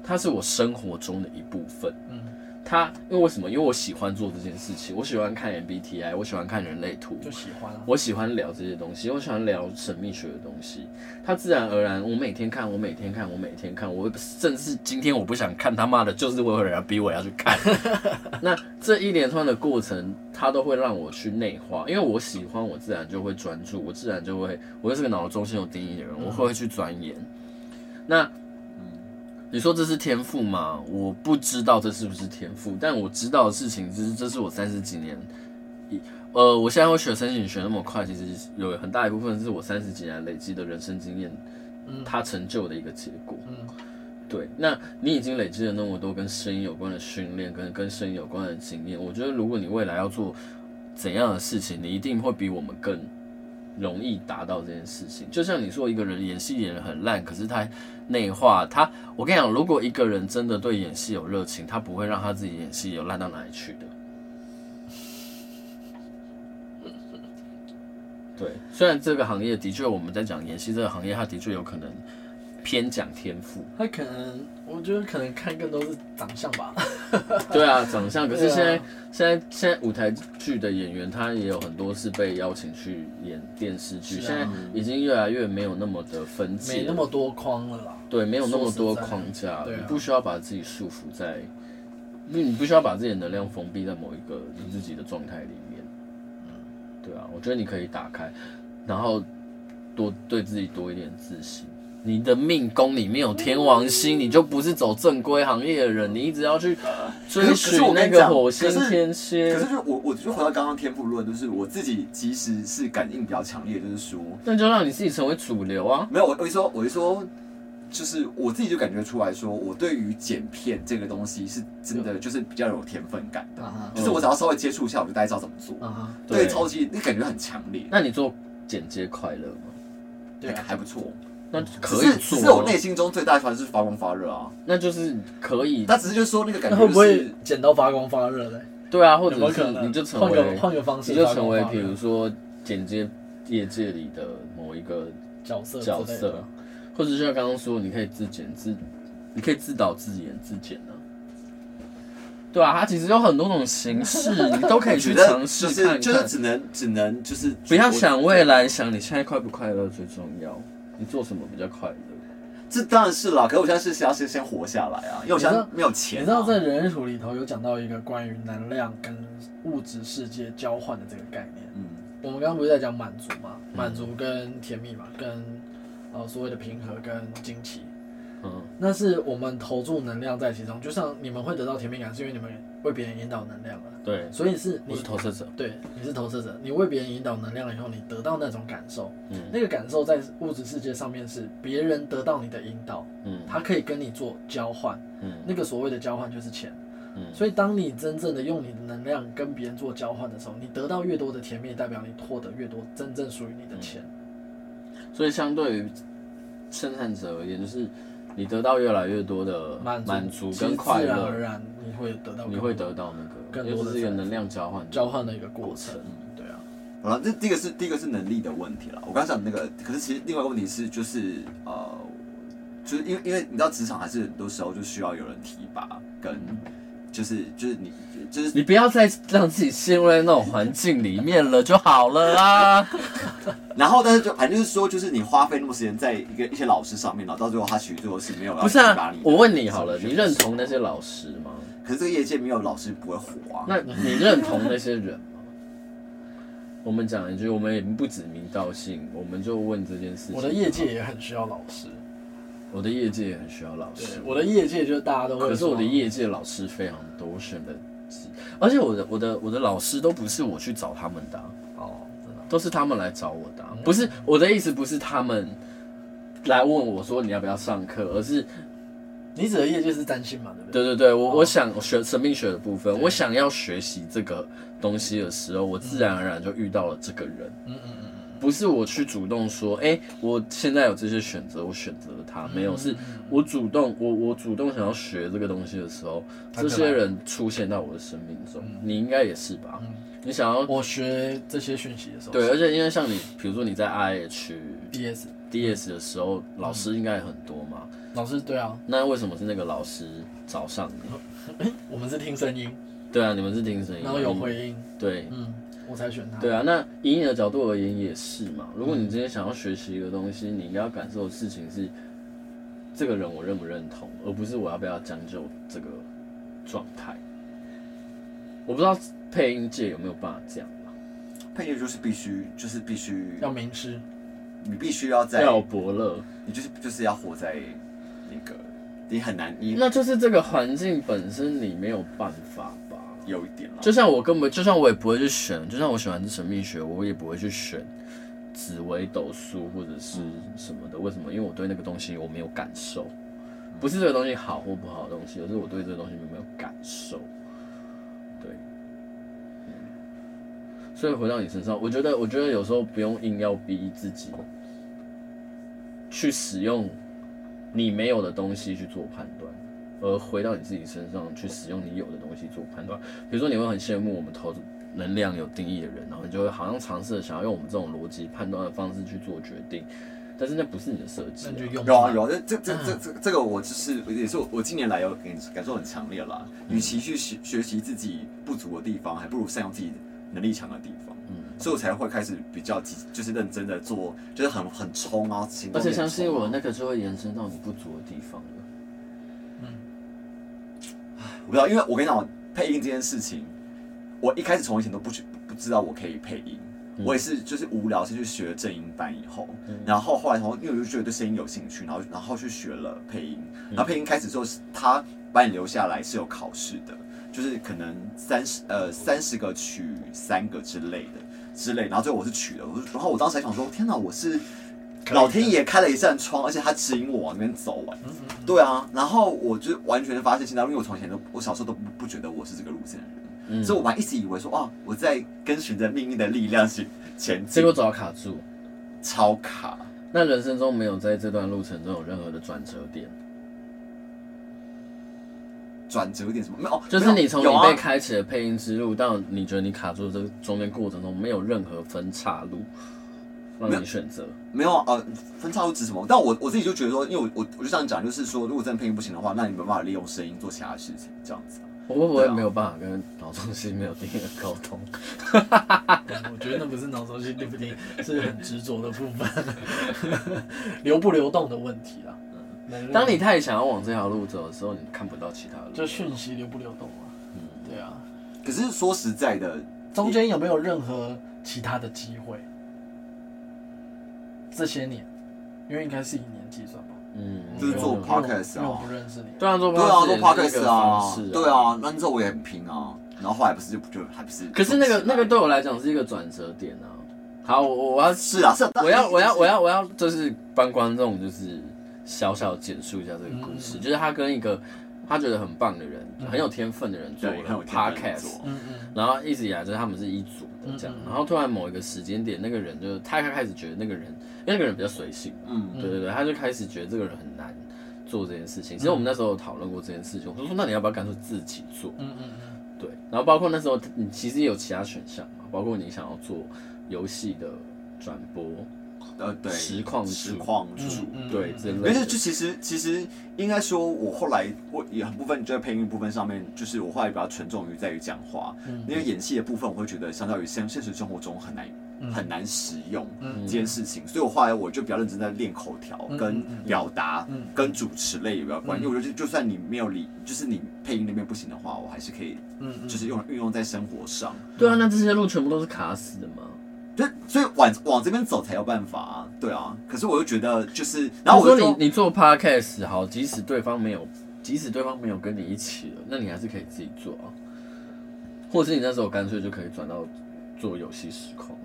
A: 它是我生活中的一部分。嗯
B: 嗯，
A: 它因为为什么？因为我喜欢做这件事情，我喜欢看 MBTI，我喜欢看人类图，
B: 就喜欢啊。
A: 我喜欢聊这些东西，我喜欢聊神秘学的东西。它自然而然，我每天看，我每天看，我每天看，我甚至今天我不想看，他妈的，就是会有人要逼我要去看。那这一连串的过程，它都会让我去内化，因为我喜欢，我自然就会专注，我自然就会，我就是个脑中心有定义的人，我会去钻研。那你说这是天赋吗？我不知道这是不是天赋，但我知道的事情就是，这是我三十几年呃，我现在会学申请学那么快，其实有很大一部分是我三十几年累积的人生经验，
B: 嗯
A: 它成就的一个结果。
B: 嗯
A: 对，那你已经累积了那么多跟声音有关的训练，跟跟声音有关的经验，我觉得如果你未来要做怎样的事情，你一定会比我们更容易达到这件事情。就像你说，一个人演戏演得很烂，可是他内化他，我跟你讲，如果一个人真的对演戏有热情，他不会让他自己演戏有烂到哪里去的。对，虽然这个行业的确，我们在讲演戏这个行业，它的确有可能偏讲天赋，
B: 他可能，我觉得可能看更多是长相吧。
A: 对啊，长相。可是
B: 对啊
A: 现在、现在现在舞台剧的演员，他也有很多是被邀请去演电视剧，
B: 是啊
A: 现在已经越来越没有那么的分界，
B: 没那么多框了啦。
A: 对，没有那么多
B: 说实在
A: 框架，
B: 对啊
A: 你不需要把自己束缚在，你你不需要把自己的能量封闭在某一个你自己的状态里面。
C: 嗯
A: 对啊，我觉得你可以打开，然后多对自己多一点自信。你的命宫里面有天王星，你就不是走正规行业的人，你一直要去追
C: 可是可
A: 寻
C: 是我跟
A: 那
C: 你
A: 个
C: 讲
A: 火星
C: 可是
A: 天蝎
C: 可是，就是我，我就回到刚刚天赋论，就是我自己其实是感应比较强烈，就是说，
A: 那就让你自己成为主流啊。
C: 没有，我我就说，我就说，就是我自己就感觉出来说，我对于剪片这个东西是真的，就是比较有天分感的，
B: 啊
C: 就是我只要稍微接触一下，我就大概知道怎么做
B: 哈，。啊
A: 嗯对
C: 对，超级那感觉很强烈，
A: 那你做剪接快乐吗？
B: 哈，对啊，
C: 还不错。
A: 那可
C: 只
A: 以
C: 是只
A: 做
C: 是我
A: 啊，嗯
C: 内心中最大的烦恼就是发光发热啊，
A: 那就是可以。
C: 但只是就是说那个感
B: 那
C: 觉、
B: 会
C: 就是，
B: 不会剪刀发光发热嘞？
A: 对啊，或
B: 有没有
A: 者
B: 可
A: 是
B: 能？
A: 你就成
B: 换
A: 为
B: 个换个方式
A: 你
B: 发
A: 就
B: 光发热，
A: 成为比如说剪接业界里的某一个
B: 角色
A: 角
B: 之类
A: 色
B: 的，
A: 或者就像刚刚说，你可以自剪自，你可以自导自演自剪啊。对啊，它其实有很多种形式，你都可以
C: 我觉
A: 去
C: 得
A: 尝试看
C: 就是
A: 看。
C: 就是只能只能就是
A: 不要
C: 我
A: 想未来，想你现在快不快乐最重要。你做什么比较快乐？
C: 这当然是啦，可是我现在是想要先先活下来啊，因为我
B: 你
C: 现在
B: 知道
C: 没有
B: 你
C: 钱、啊。
B: 知道在人类图里头有讲到一个关于能量跟物质世界交换的这个概念。
C: 嗯，
B: 我们刚刚不是在讲满足嘛？
A: 嗯
B: 满足跟甜蜜嘛，跟呃所谓的平和跟惊奇，
A: 嗯，
B: 那是我们投注能量在其中。就像你们会得到甜蜜感，是因为你们为别人引导能量了，
A: 对，
B: 所以是
A: 嗯我
B: 你
A: 是投射者。
B: 对你是投射者，你为别人引导能量以后，你得到那种感受，
A: 嗯
B: 那个感受在物质世界上面是别人得到你的引导，
A: 嗯
B: 他可以跟你做交换，
A: 嗯
B: 那个所谓的交换就是钱。
A: 嗯，
B: 所以，当你真正的用你的能量跟别人做交换的时候，你得到越多的甜蜜，代表你获得越多真正属于你的钱。
A: 所以相对于生产者而言，就是你得到越来越多的
B: 满
A: 嗯满足
B: 其实
A: 跟快
B: 自然而
A: 乐，
B: 然你会得到更多，
A: 你会得到那
B: 更
A: 个，
B: 多的
A: 因为这是一个能量交换。
B: 交换的一个过程。
A: 嗯
B: 对啊，
C: 好了，这第一个是第一个是能力的问题了。我刚刚讲那个，可是其实另外一个问题是，就是呃，就是因为因为你知道职场还是很多时候就需要有人提拔跟。就是就是你就是
A: 你不要再让自己陷入在那种环境里面了就好了啊 啦。
C: 然后，但是就反正就是说，就是你花费那么多时间在一个一些老师上面，然后到最后他其实最后是没有要
A: 不是
C: 提拔
A: 啊
C: 你，的
A: 我问你好了，你认同那些老师吗？
C: 可是这个业界没有老师不会火啊。
A: 那你认同那些人吗？我们讲一句，我们也不指名道姓，我们就问这件事情。
B: 我的业，界也很需要老师，
A: 我的业界也很需要老
B: 对
A: 师，。
B: 我的业界就是大家都会说。
A: 可是我的业界老师非常多，我选的是，而且我的我的我的老师都不是我去找他们的啊、
B: 哦，真的
A: 都是他们来找我的啊、不是我的意思，不是他们来问我说你要不要上课，而是
B: 你指的业界是占星嘛，对不对？
A: 对对对，我我想我学生命学的部分，我想要学习这个东西的时候，我自然而然就遇到了这个人，
B: 嗯嗯嗯嗯，
A: 不是我去主动说，哎、我现在有这些选择，我选择了他，没
B: 嗯
A: 有，是我主动，我我主动想要学这个东西的时候，
B: 他
A: 这
B: 就来嗯
A: 些人出现到我的生命中，你应该也是吧？你想要
B: 我学这些讯息的时候，
A: 对，而且因为像你，比如说你在 IH
B: ，DS 嗯
A: DS 的时候，老师应该也很多嘛，
B: 老师对啊，
A: 那为什么是那个老师找上你？
B: 我们是听声音，
A: 对啊，你们是听声音，
B: 嗯然后有
A: 你
B: 回应，
A: 对，
B: 嗯，我才选他。
A: 对啊，那以你的角度而言也是嘛。如果你今天想要学习一个东西，你应该要感受的事情是，这个人我认不认同，而不是我要不要将就这个状态。我不知道配音界有没有办法这样啊，
C: 配乐就是必须，就是必须，
B: 要名师，
C: 你必须要在，
A: 要有伯乐，
C: 你就是就是要活在那个，你很难，你
A: 那就是这个环境本身你没有办法吧。
C: 有一点了。
A: 就像我根本，就像我也不会去选，就像我喜欢神秘学，我也不会去选紫微斗数或者是什么的。为什么？因为我对那个东西我没有感受，不是这个东西好或不好的东西，而是我对这个东西有没有感受。对，所以回到你身上，我觉得，我觉得有时候不用硬要逼自己去使用你没有的东西去做判断。而回到你自己身上去使用你有的东西做判断。比如说，你会很羡慕我们投能量有定义的人，然后你就会好像尝试着想要用我们这种逻辑判断的方式去做决定，但是那不是你的设计、
B: 那
A: 啊
B: 你。就用
C: 有啊有啊，这
A: 嗯
C: 这这这这个我就是也是我我近年来有感感受很强烈啦。
A: 嗯
C: 与其去学学习自己不足的地方，还不如善用自己能力强的地方。
A: 嗯
C: 所以我才会开始比较积，就是认真的做，就是很很冲啊，行动
A: 而且
C: 力很
A: 相信
C: 冲啊
A: 我，那个就会延伸到你不足的地方了。
C: 我不知道，因为我跟你讲，配音这件事情，我一开始从以前都不知不知道我可以配音，我也是就是无聊先去学了正音班以后，然后后来然后因为我就觉得对声音有兴趣，然后然后去学了配音，然后配音开始之后，他把你留下来是有考试的，就是可能三十呃三十个取三个之类的之类，然后最后我是取了，我就然后我当时还想说，天哪，我是。
B: 啊
C: 老天爷开了一扇窗，而且他指引我往那边走、哎，对啊，然后我就完全发现现在，因为我从前都我小时候都不不觉得我是这个路线的人，
A: 嗯
C: 所以我本来一直以为说哦，我在跟循着命运的力量去前
A: 结
C: 进，
A: 果走到卡住，
C: 超卡。
A: 那人生中没有在这段路程中有任何的转折点，
C: 转折点什么没有？哦
A: 就是
C: 没
A: 你
C: 有
A: 从你
C: 有啊
A: 被开启的配音之路到你觉得你卡住的这个中间过程中，没有任何分岔路让你选择。
C: 没有呃分岔路指什么？但我我自己就觉得说，因为我我我就这样讲，就是说，如果真的配音不行的话，那你没办法利用声音做其他事情，这样子啊、
A: 我会不会
C: 对啊
A: 没有办法跟脑中心没有定义的沟通？
B: 我觉得那不是脑中心对不对，是很执着的部分， 流不流动的问题啊啦。
C: 嗯
B: 能
A: 当你太想要往这条路走的时候，你看不到其他路。
B: 就讯息流不流动嘛，对啊，
C: 可是说实在的，
B: 中间有没有任何其他的机会？这些年，因为应该是以年计算吧，
A: 嗯，
C: 就是做
A: 嗯
C: podcast 啊
B: 因为我不认识你，
A: 对啊，做
C: 对啊，做
A: podcast 也是一
C: podcast
A: 个方
C: 啊
A: 式，
C: 对。啊，那之后我也很拼啊，然后后来不是就就还不是，啊
A: 可是那个那个
C: 都
A: 对我来讲是一个转折点啊。好，我我要
C: 是啊是 啊，
A: 我要我要我要我要就是帮观众就是小小简述一下这个故事，就是他跟一个他觉得很棒的人、很有天分的人做
C: 对，很有
A: 了
C: 天分的
A: podcast，
C: 做
B: 嗯嗯，
A: 然后一直以来就是他们是一组的这样，然后突然某一个时间点，那个人就是他开始觉得那个人，因为那个人比较随性，
C: 嗯，
A: 对对对，他就开始觉得这个人很难做这件事情。其实我们那时候有讨论过这件事情，我就说那你要不要干脆自己做？
B: 嗯嗯嗯，
A: 对，然后包括那时候你其实也有其他选项嘛，包括你想要做游戏的转播，
C: 呃，对，
A: 实况主
C: 实况主，
B: 嗯嗯
A: 对这类
C: 而且
A: 的
C: 就其实其实应该说，我后来我也很部分就在配音部分上面，就是我后来比较沉重于在于讲话，
A: 嗯
C: 因为演戏的部分，我会觉得相较于现现实生活中很难
A: 嗯
C: 很难使用这件事情，所以我后来我就比较认真在练口条
B: 嗯
C: 跟
B: 嗯嗯
C: 表达
B: 嗯，
C: 跟主持类也比较关，
B: 嗯
C: 因为我觉得就就算你没有理，就是你配音那边不行的话，我还是可以
B: 嗯嗯，
C: 就是用运用在生活上，
A: 对啊，那这些路全部都是卡死的嘛？
C: 就所以往往这边走才有办法啊，对啊，可是我又觉得就是，然
A: 然
C: 后
A: 后
C: 我就
A: 说你你做 podcast 好，即使对方没有，即使对方没有跟你一起了，那你还是可以自己做啊。或者是你那时候干脆就可以转到做游戏实况了。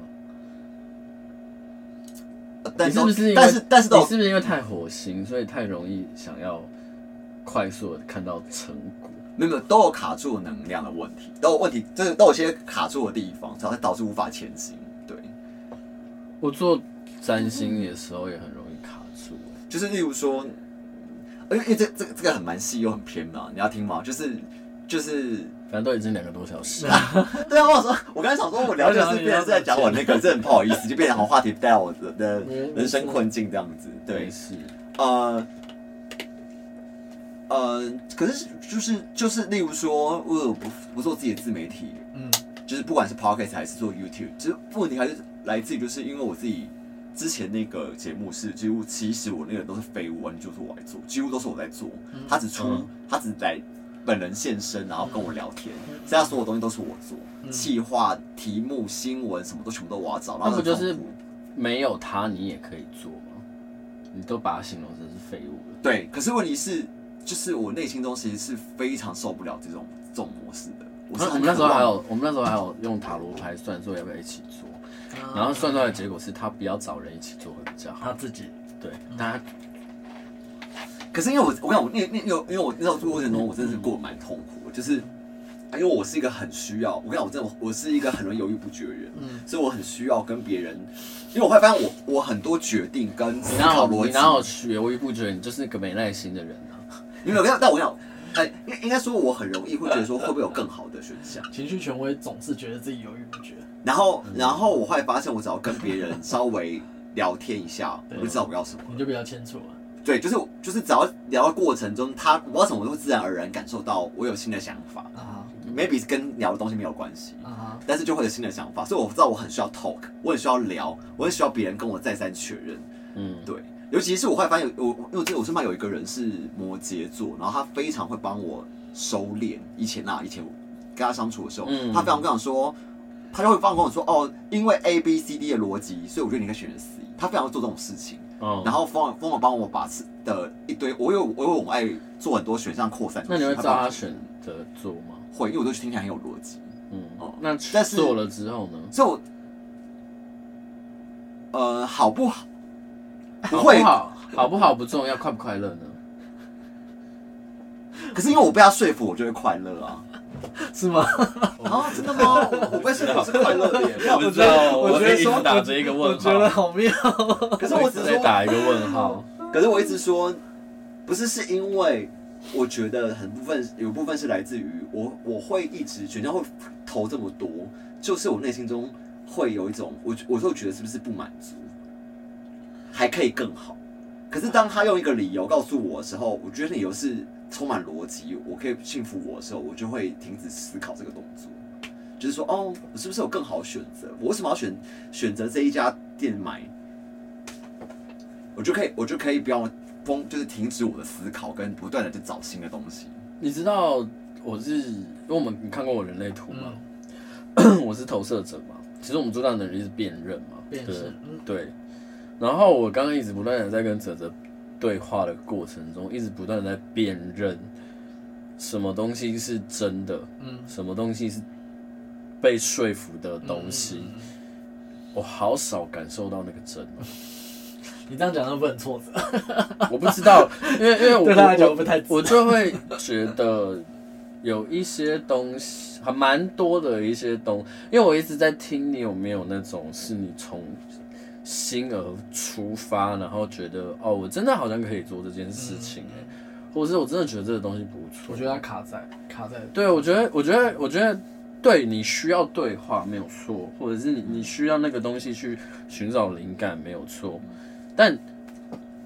C: 但
A: 你是不是因为
C: 呃但是
A: 你
C: 哦但是都
A: 是不是因为太火星，所以太容易想要快速的看到成果？
C: 没有没有都有卡住能量的问题，都有问题，就是都有些卡住的地方，才会导致无法前行。对，
A: 我做占星的时候也很容易卡住、
C: 就是例如说，呃因为因为这这个这个很蛮细又很偏嘛，你要听吗？就是就是，
A: 反正都已经两个多小时了。
C: 对啊，我说我刚才想说我聊的是变成是在讲我那个，这很不好意思，就变成好像话题带到我的的人生困境这样子。 对
A: 没，事，
C: 呃，呃，可是就是就是，例如说，我不不做自己的自媒体，
B: 嗯
C: 就是不管是 podcast 还是做 YouTube，其实问题还是来自于就是因为我自己之前那个节目是几乎其实我那个都是废物，完全就是我来做，几乎都是我在做，他只出、
A: 嗯
C: 他只来本人现身，然后跟我聊天，所以他所有东西都是我做，企划、题目、新闻什么都全部都我要找，然后
A: 嗯那不就是
C: 很痛苦
A: 没有他你也可以做吗？你都把它形容成是废物了。
C: 对，可是问题是，就是我内心中其实是非常受不了这种这种模式的。我是
A: 我
C: 很
A: 们那时候
C: 渴望
A: 还有，我们那时候还有用塔罗牌算说要不要一起做，然后算出来的结果是他不要找人一起做会比较
B: 他
A: 好。
B: 自己，
A: 对，
C: 嗯
A: 大家
C: 可是因为我我想我那那因为因为我那时候过程中我真的是过得蛮痛苦的，就是啊因为我是一个很需要，我跟你讲，我真的我是一个很容易犹豫不决的人，
B: 嗯
C: 所以我很需要跟别人，因为我会发现我我很多决定跟思
A: 你哪
C: 考
A: 有
C: 逻
A: 你哪有
C: 辑，
A: 学无一不觉，你就是个没耐心的人啊！
C: 你没有？但我想，哎、应应该说我很容易会觉得说会不会有更好的选项。
B: 情绪权威总是觉得自己犹豫不决，
C: 然后，
A: 嗯
C: 然后我后来发现，我只要跟别人稍微聊天一下， 我就知道我要什么。
B: 你就比较清楚了。
C: 对，就是就是只要聊的过程中，他我不知道为什么，我会自然而然感受到我有新的想法
B: 啊
C: ，maybe 跟聊的东西没有关系，
B: 哈啊哈，
C: 但是就会有新的想法。所以我知道我很需要 talk，我很需要聊，我很需要别人跟我再三确认。
A: 嗯，
C: 对，尤其是我后来发现有我，因为我记得我身旁有一个人是摩羯座，然后他非常会帮我收敛。以前啊，以前我跟他相处的时候，
A: 嗯
C: 他非常跟我说，他就会帮我跟我说，哦，因为 A B C D 的逻辑，所以我觉得你应该选择 C。他非常会做这种事情。
A: 哦，
C: 然后疯狂疯狂帮我把是的一堆，我有我有我爱做很多选项扩散出去。
A: 那你会照
C: 帮我
A: 他选择做吗？
C: 会，因为我都听起来很有逻辑，
A: 嗯
C: 哦，
A: 那
C: 但是
A: 做了之后呢？
C: 所以我呃好不好？不
A: 好
C: 会，
A: 不好，好不好不重要，快不快乐 呢？
C: 可是因为我被他说服，我就会快乐啊！
B: 是吗？
C: 啊，真的吗？我我被说服是快乐的耶，
A: 我
B: 不知道我觉得
A: 一
B: 说
A: 直打着一个
B: 我
A: 问
B: 觉得
A: 号，
B: 好妙。
C: 可是我只是
A: 在
C: 说，
A: 打一个问号。
C: 可是我一直说，不是是因为我觉得很部分有部分是来自于我我会一直选项会投这么多，就是我内心中会有一种我我就觉得是不是不满足，还可以更好。可是当他用一个理由告诉我的时候，我觉得理由是充满逻辑，我可以信服我的时候，我就会停止思考这个动作。就是说，哦，我是不是有更好的选择？我为什么要选选择这一家店买？我就可以，我就可以不要封，就是停止我的思考，跟不断的去找新的东西。
A: 你知道我是，因为我们你看过我人类图吗？
B: 嗯
A: 我是投射者嘛，其实我们最大的能力是辨认嘛，
B: 辨
A: 对
B: 识嗯
A: 对。然后我刚刚一直不断的在跟哲哲对话的过程中，一直不断的在辨认什么东西是真的，
B: 嗯，
A: 什么东西是被说服的东西。
B: 嗯。嗯嗯
A: 我好少感受到那个真哦、
B: 你这样讲，会不会很挫折？
A: 我不知道，因为因为我
B: 对他来讲
A: 我
B: 不太值
A: 我就会觉得有一些东西还蛮多的一些东，因为我一直在听你有没有那种是你从心而出发，然后觉得哦，我真的好像可以做这件事情哎、或者是我真的觉得这个东西不错。
B: 我觉得他卡在卡在，
A: 对，我觉得，我觉得，我觉得对你需要对话没有错，或者是你你需要那个东西去寻找灵感没有错，但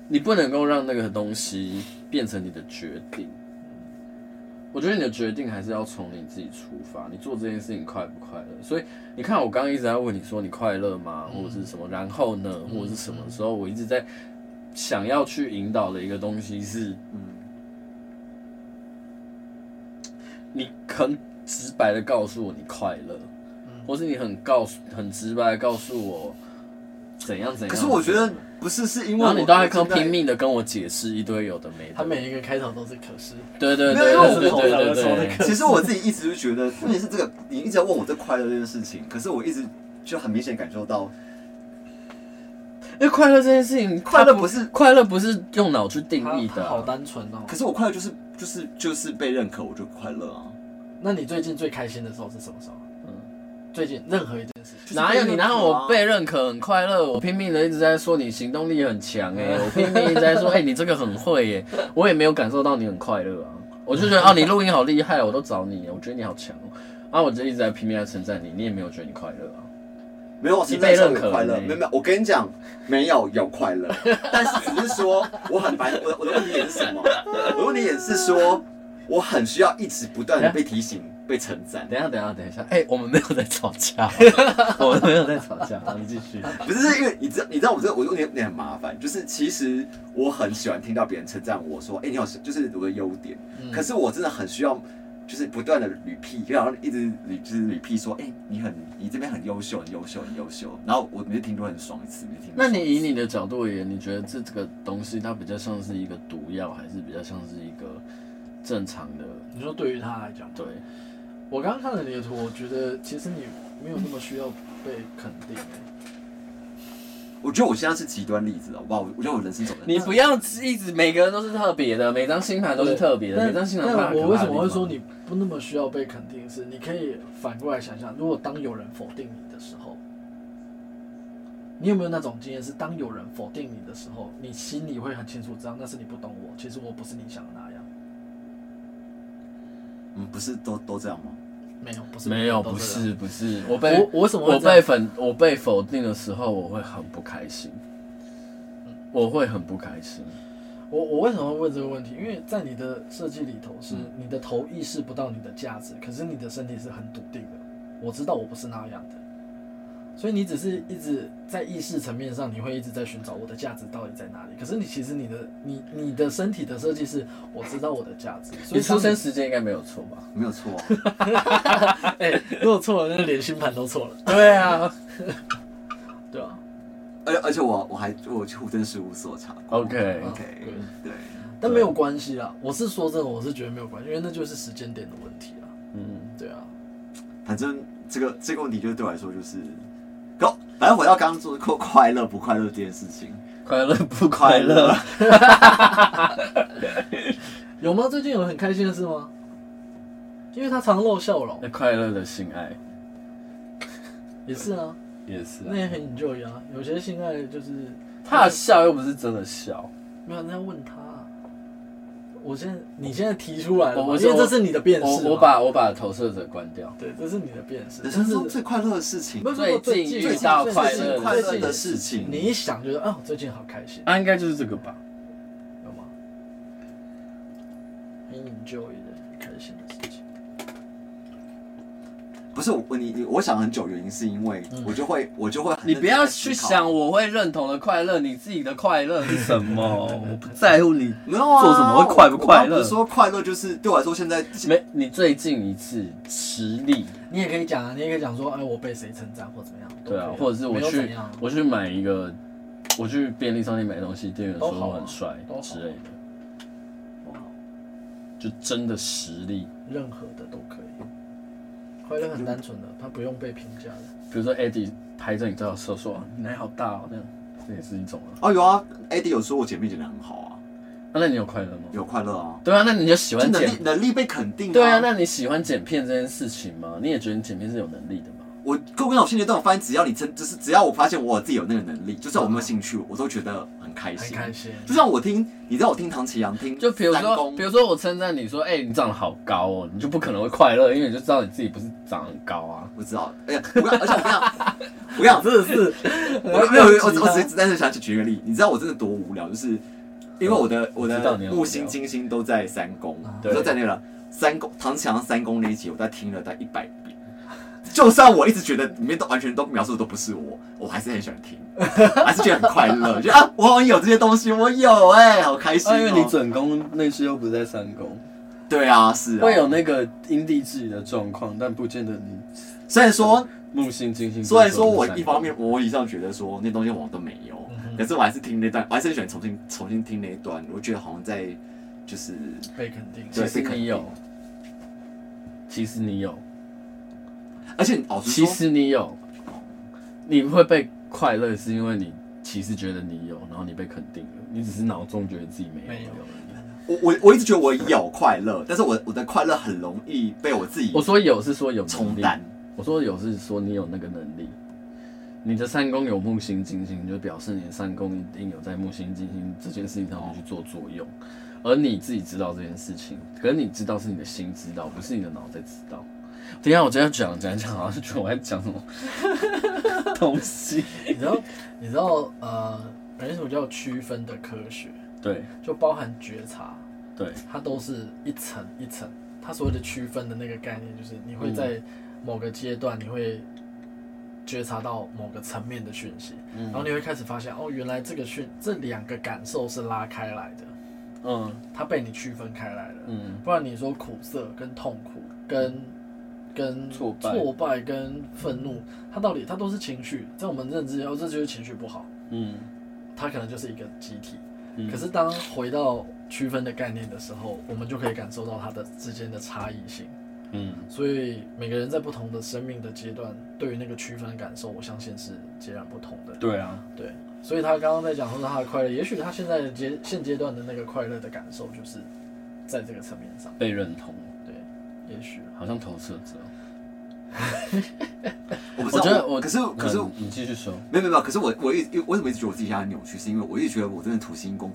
A: 你不能够让那个东西变成你的决定。我觉得你的决定还是要从你自己出发，你做这件事情快不快乐？所以你看，我刚刚一直在问你说你快乐吗，或者是什么？然后呢，或者是什么时候？我一直在想要去引导的一个东西是，
C: 嗯，
A: 你很直白的告诉我你快乐，
B: 嗯
A: 或是你很告诉很直白的告诉我怎样怎样。
C: 可是我觉得不是，是因为
A: 然
C: 我
A: 后你都还
C: 可
A: 可拼，命的跟我解释一堆有的没
B: 他
A: 的，
B: 每一个开头都是可是，
A: 对对对
C: 没有因为我
A: 对对
C: 们
D: 头上的
A: 对对对
D: 时候
A: 对，
C: 其实我自己一直就觉得，重点是这个，你一直在问我这快乐这件事情，可是我一直就很明显感受到，
A: 因为快乐这件事情，
C: 快乐
A: 它
C: 不是
A: 快乐不是用脑去定
B: 他
A: 义
B: 他
A: 的
B: 好
A: 啊，
B: 单纯哦。
C: 可是我快乐就是就是就是被认可，我就快乐啊。
B: 那你最近最开心的时候是什么时候？嗯，最近任何一件事情，
C: 就 是
A: 哪有你哪有我
C: 被
A: 被认可很快乐？我拼命的一直在说你行动力很强哎、 我拼命一直在说哎、你这个很会耶、我也没有感受到你很快乐啊，我就觉得哦你录音好厉害，我都找你，我觉得你好强哦、啊我就一直在拼命在称赞你，你也没有觉得你快乐啊，
C: 没有，
A: 你
C: 现在
A: 被
C: 是有
A: 认可
C: 快
A: 了
C: 乐，
A: 没
C: 没有没有，我跟你讲，没有有快乐， 但是只是说我很烦，我的我的问题点是什么？我的问题点是说我很需要一直不断的被提醒、被称赞，
A: 等一下等一下等一下，哎、 我们没有在吵架， 我们没有在吵 架，好你继续。
C: 不是是因为你知道你知道我这个我的问题点很麻烦，就是其实我很喜欢听到别人称赞我说，哎、你好，就是我的优点，
B: 嗯
C: 可是我真的很需要。就是不断的捋屁，然后一直捋，就是捋屁说，哎、你很，你这边很优秀，很优秀，很优秀。然后我每次听都很爽一次，每次听都
A: 那
C: 很爽一次。
A: 你以你的角度而言，你觉得这这个东西它比较像是一个毒药，还是比较像是一个正常的？
B: 你说对于他来讲，
A: 对，
B: 我刚刚看了你的图，我觉得其实你没有那么需要被肯定。
C: 我觉得我现在是极端例子，好不好？我我觉得我人生走的，
A: 你不要一直每个人都是特别的，每张星盘都是特别的，
B: 但
A: 每张星盘都
B: 但
A: 有
B: 我为
A: 它
B: 什
A: 的地方
B: 么会说你不那么需要被肯定？是你可以反过来想想，如果当有人否定你的时候，你有没有那种经验？是当有人否定你的时候，你心里会很清楚知道那是你不懂我，其实我不是你想的那样。
C: 嗯，不是都都这样吗？
B: 没有，不是
A: 没有？
B: 都
A: 不
B: 这样
A: 是不是，我被
B: 我我为什么会
A: 我
B: 这样
A: 被粉我被否定的时候，我会很不开心，
B: 嗯
A: 我会很不开心。
B: 我我为什么会问这个问题？因为在你的设计里头是
A: 嗯
B: 你的头意识不到你的价值，可是你的身体是很笃定的。我知道我不是那样的，所以你只是一直在意识层面上，你会一直在寻找我的价值到底在哪里。可是你其实你的你你的身体的设计是我知道我的价值，所
A: 你
B: 以
A: 出生
B: 当
A: 时间应该没有错吧？
C: 没有错啊、
B: 哎、如果错了，那连星盘都错了，
A: 对啊
B: 对啊吧、
C: 而而且我我还我去户政事务所查 过。
A: ，OK，
B: 嗯
C: OK，
B: 对
C: 对，
B: 但
A: 啊
B: 没有关系啦，我是说真的，我是觉得没有关系，因为那就是时间点的问题啦。
A: 嗯，
B: 对啊，
C: 反正这个这个问题就是对我来说就是，可反正回到刚刚说快快乐不快乐这件事情，
A: 快乐不快乐？
B: 有吗？最近有很开心的事吗？因为他常露笑容，
A: 快乐 的性爱
B: 也是啊，
A: 也是啊
B: 那，也很 enjoy 啊。有些性爱就是
A: 他的笑又不是真的笑。
B: 没有人在问他、啊我现在你现在提出来了嘛，
A: 我我
B: 因为这是你的辨
A: 我
B: 识嘛
A: 我把我把投射者关掉。
B: 对，这是你的辨识，
C: 人
B: 但
C: 生
B: 是
C: 中最快乐的事 情
B: 不，是不是
A: 最
B: 最
A: 近
B: 近
A: 遇到快乐
B: 最近
A: 的
C: 快
B: 最
C: 乐
B: 近
C: 的事情，
B: 你一想就是啊，最近好开心，
A: 啊，应该就是这个吧。
B: 有吗？很 enjoy 的很开心的事情，
C: 不是我你你我想很久，原因是因为我就会我就会很
A: 你不要
C: 认真
A: 去
C: 地思考
A: 想我会认同的快乐，你自己的快乐是什 么？我不在乎你
C: 没有啊，
A: 做什么会快不快乐
C: 我刚刚不是说快乐就是对我来说现在
A: 没你最近一次实力
B: 你也可以讲啊，你也可以讲说，哎，我被谁称赞或怎么样，都
A: 对啊
B: 可以，
A: 或者是我
B: 没有怎
A: 去
B: 样啊
A: 我去买一个，我去便利商店买东西，店员说
B: 都好啊
A: 我很帅
B: 都好
A: 之类的，
B: 哇
A: 就真的实力。
B: 任何的都可以。快乐很单纯的，它不用被评价的。
A: 比如说 Eddie 拍着你照的时候说哇你奶好大哦，这样这也是一种啊。
C: 哦有啊，AD 有说我姐妹剪得很好啊，
A: 啊那你有快乐吗？
C: 有快乐啊，
A: 对啊，那你就喜
C: 就
A: 欢
C: 能
A: 剪
C: 力能力被肯定、啊
A: 啊对啊，那你喜欢剪片这件事情吗？你也觉得你剪片是有能力的吗？
C: 我跟我跟我现阶段，我发现只要你真，就是只要我发现我自己有那个能力，就算我没有兴趣，我都觉得很开
B: 很
C: 心。
B: 开 心。
C: 就像我听，你知道我听唐奇阳听，
A: 就比如
C: 三
A: 说，
C: 公
A: 比如说我称赞你说，哎、你长得好高哦，你就不可能会快乐，因为你就知道你自己不是长得很高啊。
C: 我知道，哎呀，我而且我跟你讲， 我跟你讲，
B: 真的是，
C: 我没有，我只我只是单纯想去举个例，你知道我真的多无聊，就是因为我的我
A: 哦我知道
C: 的
A: 你很无聊
C: 木星、金星都在三宫，
A: 对
C: 我都在那个三宫唐强三宫那一集，我在听了大概一百遍。就算我一直觉得里面都完全都描述的都不是我，我还是很喜欢听，还是觉得很快乐， 觉得啊，我好像有这些东西，我有哎、好开心、哦
A: 啊，因为你准宫那是又不在三宫，
C: 对啊，是啊，
A: 会有那个因地制宜的状况，但不见得你
C: 虽然说
A: 木星、金星。
C: 虽然说我一方面，我以上觉得说那东西我都没有，
A: 嗯
C: 可是我还是听那段，我还是很喜欢重新重新听那一段，我觉得好像在就是
B: 被肯定。
A: 其
C: 对
A: 实
C: 被肯定
A: 你有，其实你有，
C: 而且老实
A: 其
C: 说，
A: 实你有，你会被快乐是因为你其实觉得你有，然后你被肯定了，你只是脑中觉得自己没有。
B: 没有
C: 我我我一直觉得我有快乐，但是我我的快乐很容易被我自己
A: 我说有是说有
C: 冲
A: 能力，
C: 淡。
A: 我说有是说你有那个能力。你的三宫有木星、金星，就表示你的三宫一定有在木星、金星这件事情上面去做作用，而你自己知道这件事情，可是你知道是你的心知道，不是你的脑在知道。等一下，我这样讲讲讲，好像觉得我在讲 什么东西。
B: 你知道，你知道，呃，有一种叫区分的科学，
A: 对
B: 就包含觉察，
A: 对，
B: 它都是一层一层。它所谓的区分的那个概念，就是
A: 嗯
B: 你会在某个阶段，你会觉察到某个层面的讯息，
A: 嗯
B: 然后你会开始发现，哦，原来这个讯这两个感受是拉开来的，
A: 嗯
B: 它被你区分开来了。
A: 嗯，
B: 不然你说苦涩跟痛苦跟跟
A: 挫败
B: 嗯挫败跟愤怒，它到底它都是情绪，在我们认知哦，这就是情绪不好，
A: 嗯
B: 它可能就是一个集体。
A: 嗯
B: 可是当回到区分的概念的时候，我们就可以感受到它的之间的差异性。
A: 嗯，
B: 所以每个人在不同的生命的阶段，对于那个区分的感受，我相信是截然不同的。
A: 对啊，
B: 对，所以他刚刚在讲说他的快乐，也许他现在的阶现阶段的那个快乐的感受，就是在这个层面上，
A: 被认同，
B: 也许。
A: 好像投射者。
C: 我不知
A: 我
C: 道，
A: 觉得我
C: 可是可是
A: 嗯你继续说，
C: 没有没有，没有可是我我一直我为什么一直觉得我自己现在很扭曲，是因为我一直觉得我真的土星功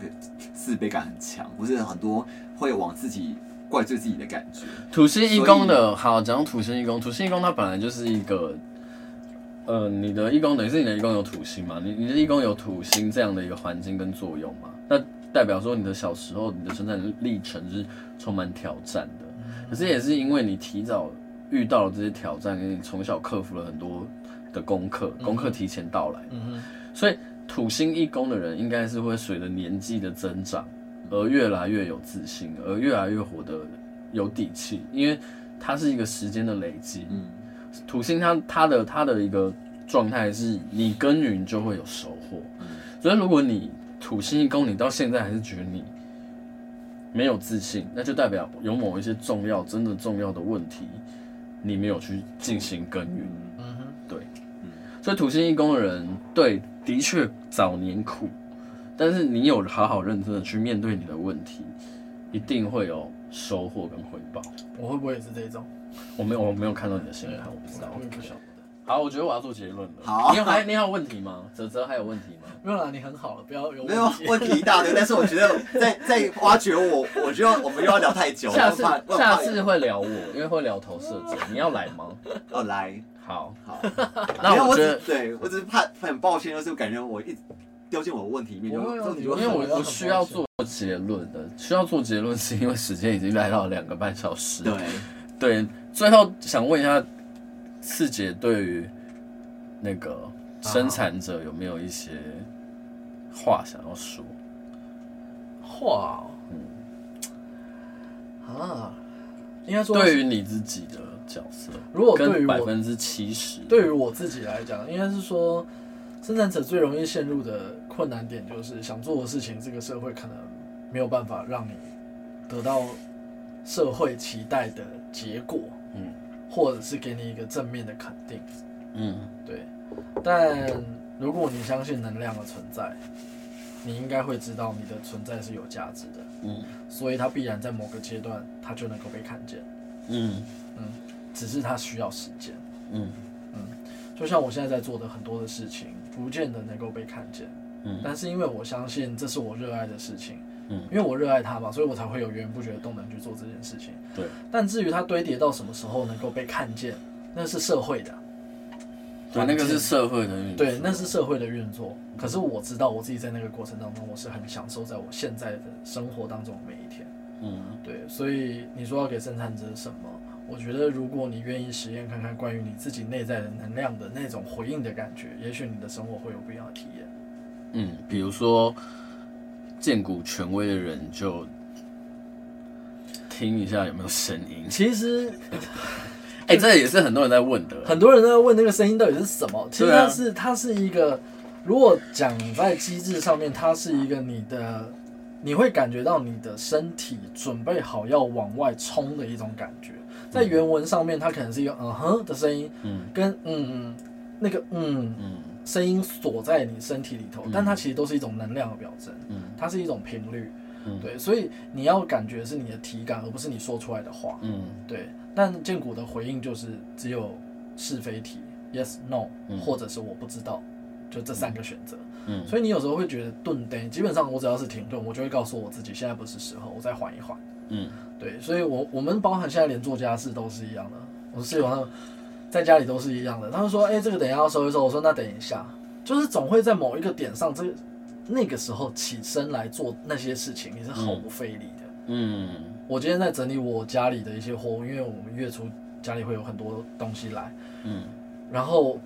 C: 自卑感很强，不是很多会往自己怪罪自己的感觉。
A: 土星一宫的好，讲土星一宫，土星一宫它本来就是一个，呃，你的一宫等于是你的一宫有土星嘛，你你的一宫有土星这样的一个环境跟作用嘛，那代表说你的小时候你的成长历程是充满挑战的，可是也是因为你提早遇到了这些挑战，跟你从小克服了很多的功课，功课提前到来，
B: 嗯哼，
A: 所以土星一宫的人应该是会随着年纪的增长而越来越有自信，而越来越活得有底气，因为它是一个时间的累积。
C: 嗯，
A: 土星它它的它的一个状态是你耕耘就会有收获，所以如果你土星一宫，你到现在还是觉得你没有自信，那就代表有某一些重要、真的重要的问题，你没有去进行耕耘。
B: 嗯哼，
A: 所以土星一宫的人，对，的确早年苦，但是你有好好认真的去面对你的问题，一定会有收获跟回报。
B: 我会不会也是这种？
A: 我没有，我没有看到你的新闻，我不知道。
B: 我也不晓得。
A: 好，我觉得我要做结论了。
C: 嗯好
A: 你有还你还有问题吗？泽泽还有问题吗？
B: 没有啦，你很好了，不要有
C: 没有啊
B: 问题。
C: 问题一大堆，但是我觉得在在挖掘我，我觉得我们又要聊太久了。
A: 下
C: 我很
A: 次
C: 怕
A: 下次会聊我，因为会聊投射者。你要来吗？
C: 我很怕哦来
A: 好，
C: 好，没
A: 那
C: 有
A: 我
C: 我
A: 觉
C: 只
A: 得，
C: 对我只是怕很抱歉，就是感觉我一直丢进我的问题里面，就
B: 不会啊
C: 就你
A: 因
C: 就
A: 为
C: 很
A: 我我需要做结论的，需要做结论是因为时间已经来到两个半小时。
C: 对，
A: 对，最后想问一下，四姐对于那个生产者有没有一些话想要说？
B: 话哦，啊，应该说
A: 对于你自己的角色，
B: 如果对
A: 跟
B: 于
A: 百
B: 我
A: 分之七十，
B: 对于我自己来讲，应该是说，生产者最容易陷入的困难点就是想做的事情，这个社会可能没有办法让你得到社会期待的结果，
A: 嗯
B: 或者是给你一个正面的肯定。
A: 嗯
B: 对，但如果你相信能量的存在，你应该会知道你的存在是有价值的，
A: 嗯
B: 所以它必然在某个阶段它就能够被看见，
A: 嗯
B: 只是它需要时间。
A: 嗯，
B: 嗯，就像我现在在做的很多的事情，不见得能够被看见。
A: 嗯
B: 但是因为我相信这是我热爱的事情，
A: 嗯
B: 因为我热爱它嘛，所以我才会有源源不绝的动能去做这件事情。
A: 对，
B: 但至于它堆叠到什么时候能够被看见，那是社会的，
A: 对，那个是社会的运作
B: 对，那是社会的运作。可是我知道我自己在那个过程当中，我是很享受在我现在的生活当中的每一天。
A: 嗯
B: 对，所以你说要给生产者什么？我觉得如果你愿意实验看看关于你自己内在的能量的那种回应的感觉，也许你的生活会有不一样的体验。
A: 嗯，比如说见骨权威的人就听一下有没有声 音。
B: 其实
A: 哎、这也是很多人在问的。
B: 很多人都在问那个声音到底是什么，其实
A: 对啊
B: 它是、它是一个，如果讲在机制上面，它是一个你的，你会感觉到你的身体准备好要往外冲的一种感觉。在原文上面，它可能是一个嗯哼的声音，
A: 嗯
B: 跟嗯嗯那个嗯
A: 嗯
B: 声音锁在你身体里头，但它其实都是一种能量的表征，
A: 嗯
B: 它是一种频率，
A: 嗯
B: 对，所以你要感觉是你的体感，而不是你说出来的话，
A: 嗯
B: 对。但剑骨的回应就是只有是非题，yes no，、
A: 嗯
B: 或者是我不知道，就这三个选择。
A: 嗯，
B: 所以你有时候会觉得顿呆，基本上我只要是停顿，我就会告诉我自己现在不是时候，我再缓一缓。
A: 嗯
B: 对，所以我我们包含现在连做家事都是一样的，我室友他们在家里都是一样的。他们说，哎、这个等一下要收一收，我说那等一下，就是总会在某一个点上，这个那个时候起身来做那些事情，你是毫不费力的。
A: 嗯
B: 我今天在整理我家里的一些货物，因为我们月初家里会有很多东西来，
A: 嗯
B: 然后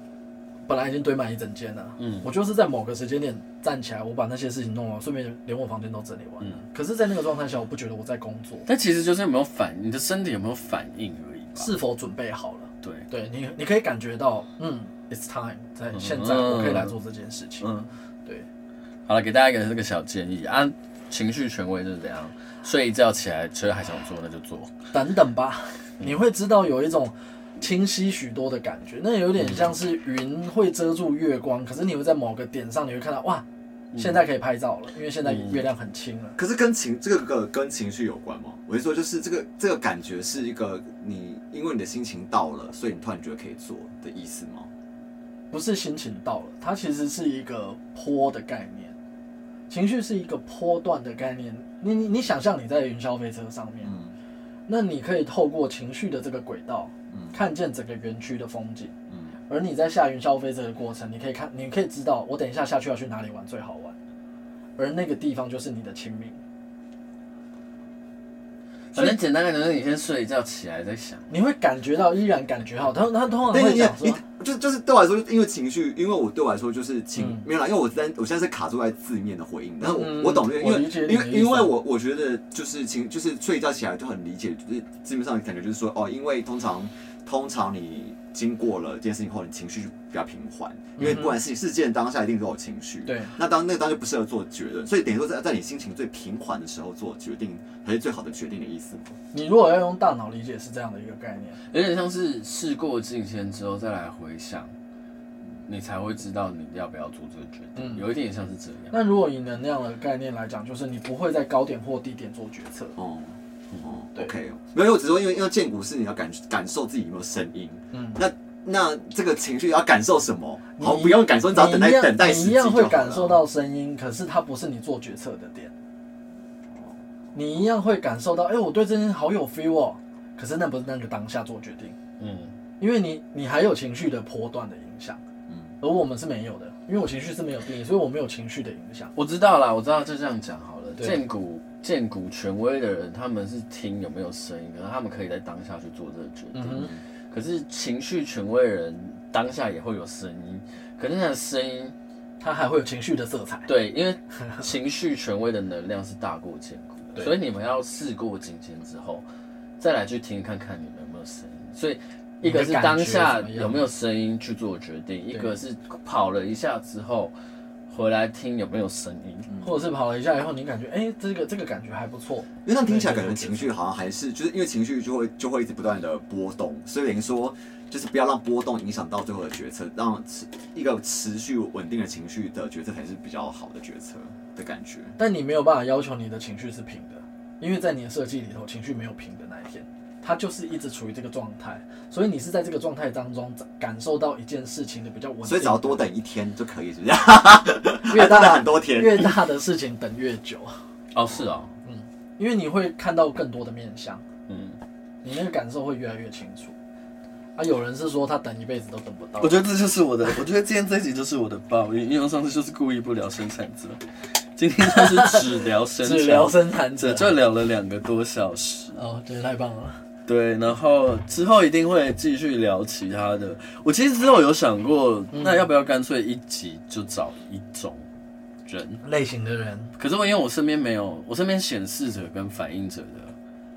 B: 本来已经堆满一整间了，
A: 嗯
B: 我就是在某个时间点站起来，我把那些事情弄完，顺便连我房间都整理完了。
A: 嗯。
B: 可是，在那个状态下，我不觉得我在工作，
A: 但其实就是有没有反，你的身体有没有反应而已吧。
B: 是否准备好了。
A: 对，
B: 对你，你可以感觉到，嗯，it's time，在现在
A: 嗯
B: 我可以来做这件事情。
C: 嗯，
B: 对，
A: 好了，给大家一个这个小建议啊，情绪权威就是怎样，睡一觉起来觉得还想做那就做。
B: 等等吧，你会知道有一种清晰许多的感觉，那有点像是云会遮住月光，可是你会在某个点上，你会看到，哇，现在可以拍照了，因为现在
A: 嗯
B: 月亮很清了。
C: 可是跟情这个跟情绪有关吗？我是说，就是这个这个感觉是一个你因为你的心情到了，所以你突然觉得可以做的意思吗？
B: 不是心情到了，它其实是一个坡的概念，情绪是一个坡段的概念。你你你想象你在云霄飞车上面，
C: 嗯
B: 那你可以透过情绪的这个轨道，
C: 嗯
B: 看见整个园区的风景。
C: 嗯
B: 而你在下云消费这个过程，你可以看，你可以知道我等一下下去要去哪里玩最好玩，而那个地方就是你的清明。
A: 反正简单的就是你先睡一觉起来再想。
B: 你会感觉到，依然感觉到，他他
A: 哦
B: 通常
C: 但
B: 会
C: 你
B: 讲说
C: 你，就就是对我来说，因为情绪，因为我对我来说就是情、
B: 嗯
C: 没有啦，因为我现在我现在是卡住在字面的回应，但是我、
B: 嗯
C: 我懂这个，因
B: 我
C: 为
B: 理解你的
C: 因为
B: 意思
C: 因为我我觉得就是情就是睡一觉起来就很理解，就是字面上的感觉就是说哦，因为通常通常你经过了这件事情后，你情绪就比较平缓，因为
B: 嗯哼
C: 不管事事件当下一定都有情绪，
B: 对，
C: 那当那个当就不适合做决定，所以等于说在在你心情最平缓的时候做决定，才是最好的决定的意思吗？
B: 你如果要用大脑理解是这样的一个概念，
A: 有点像是事过境迁之后再来回想，你才会知道你要不要做这个决定。
B: 嗯
A: 有一点像是这样。
B: 那如果以能量的概念来讲，就是你不会在高点或低点做决策。
C: 哦、哦
B: 对
C: ，OK，没有，因为我只是说因为因为建股是你要感感受自己有没有声音，
B: 嗯，
C: 那那这个情绪要感受什么？
B: 你
C: 好，不用感受，你只要等待
B: 你一样
C: 等待时
B: 你
C: 机
B: 一
C: 就好
B: 样会
C: 了。
B: 感受到声音，可是它不是你做决策的点。你一样会感受到，哎、我对这件事好有 feel 哦，可是那不是那个当下做决定。
A: 嗯
B: 因为你你还有情绪的波段的影响，
C: 嗯，
B: 而我们是没有的，因为我情绪是没有定义，所以我没有情绪的影响。
A: 我知道啦，我知道，就这样讲好了。
B: 对
A: 见骨见骨权威的人，他们是听有没有声音，可能他们可以在当下去做这个决定。
B: 嗯哼，
A: 可是情绪权威的人当下也会有声音，可是那个声音
B: 它还会有情绪的色彩。
A: 对，因为情绪权威的能量是大过见骨的，
B: 对
A: 所以你们要事过境迁之后，再来去听看看你们有没有声音。所以一个是当下
B: 你的感觉怎么样
A: 有没有声音去做决定，一个是跑了一下之后回来听有没有声音。
C: 嗯
B: 或者是跑了一下以后，你感觉，哎、这个这个感觉还不错，
C: 因为这样听起来感觉情绪好像还是就是因为情绪就会就会一直不断的波动，所以等于说就是不要让波动影响到最后的决策，让持一个持续稳定的情绪的决策才是比较好的决策的感觉。
B: 但你没有办法要求你的情绪是平的，因为在你的设计里头，情绪没有平的那一天，他就是一直处于这个状态，所以你是在这个状态当中感受到一件事情的比较稳定。
C: 所以只要多等一天就可以，是不是？
B: 越
C: 还真的
B: 大
C: 很多天
B: 越大的事情等越久，
A: 哦，是啊，
B: 因为你会看到更多的面相，
A: 嗯，
B: 你那个感受会越来越清楚。啊，有人是说他等一辈子都等不到
A: 我，觉得这就是我的，我觉得今天这一集就是我的抱怨，因为我上次就是故意不聊生产者，今天就是只聊生
B: 只聊
A: 产
B: 生产
A: 者，
B: 者
A: 就聊了两个多小时。
B: 哦，对，太棒了。
A: 对，然后之后一定会继续聊其他的。我其实之后有想过，
B: 嗯
A: 那要不要干脆一集就找一种人？
B: 类型的人，
A: 可是我因为我身边没有，我身边显示者跟反应者的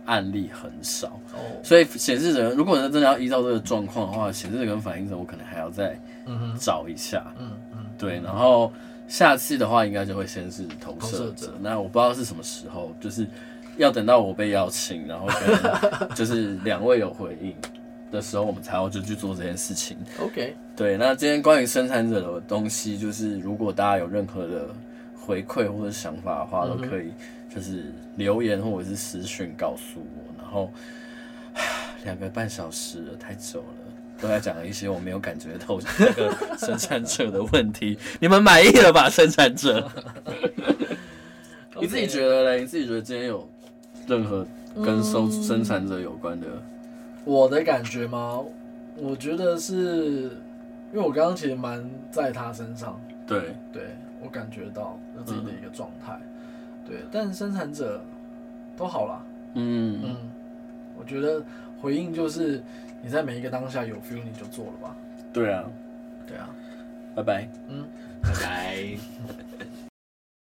A: 案例很少，
B: 哦，
A: 所以显示者如果真的要依照这个状况的话，显示者跟反应者我可能还要再
B: 嗯哼，
A: 找一下。
B: 嗯嗯，
A: 对，然后下次的话应该就会先是投
B: 投
A: 射
B: 射
A: 者
B: 者。
A: 那我不知道是什么时候，就是要等到我被邀请，然后跟 就是两位有回应的时候，我们才要就去做这件事情。
B: ，OK，
A: 对，那今天关于生产者的东西，就是如果大家有任何的回馈或者想法的话，都可以就是留言或者是私讯告诉我。然后 两个半小时了，太久了，都在讲一些我没有感觉透那 个生产者的问题。你们满意了吧，生产者？ 你自己觉得嘞？你自己觉得今天有任何跟收生产者有关的？
B: 我的感觉吗？我觉得是，因为我刚刚其实蛮在他身上，
A: 对，
B: 对我感觉到有自己的一个状态，对，但生产者都好啦，
A: 嗯，
B: 嗯，我觉得回应就是你在每一个当下有 feel 你就做了吧，
A: 对啊，
B: 对啊，
A: 拜拜。
B: 嗯。
C: 拜拜。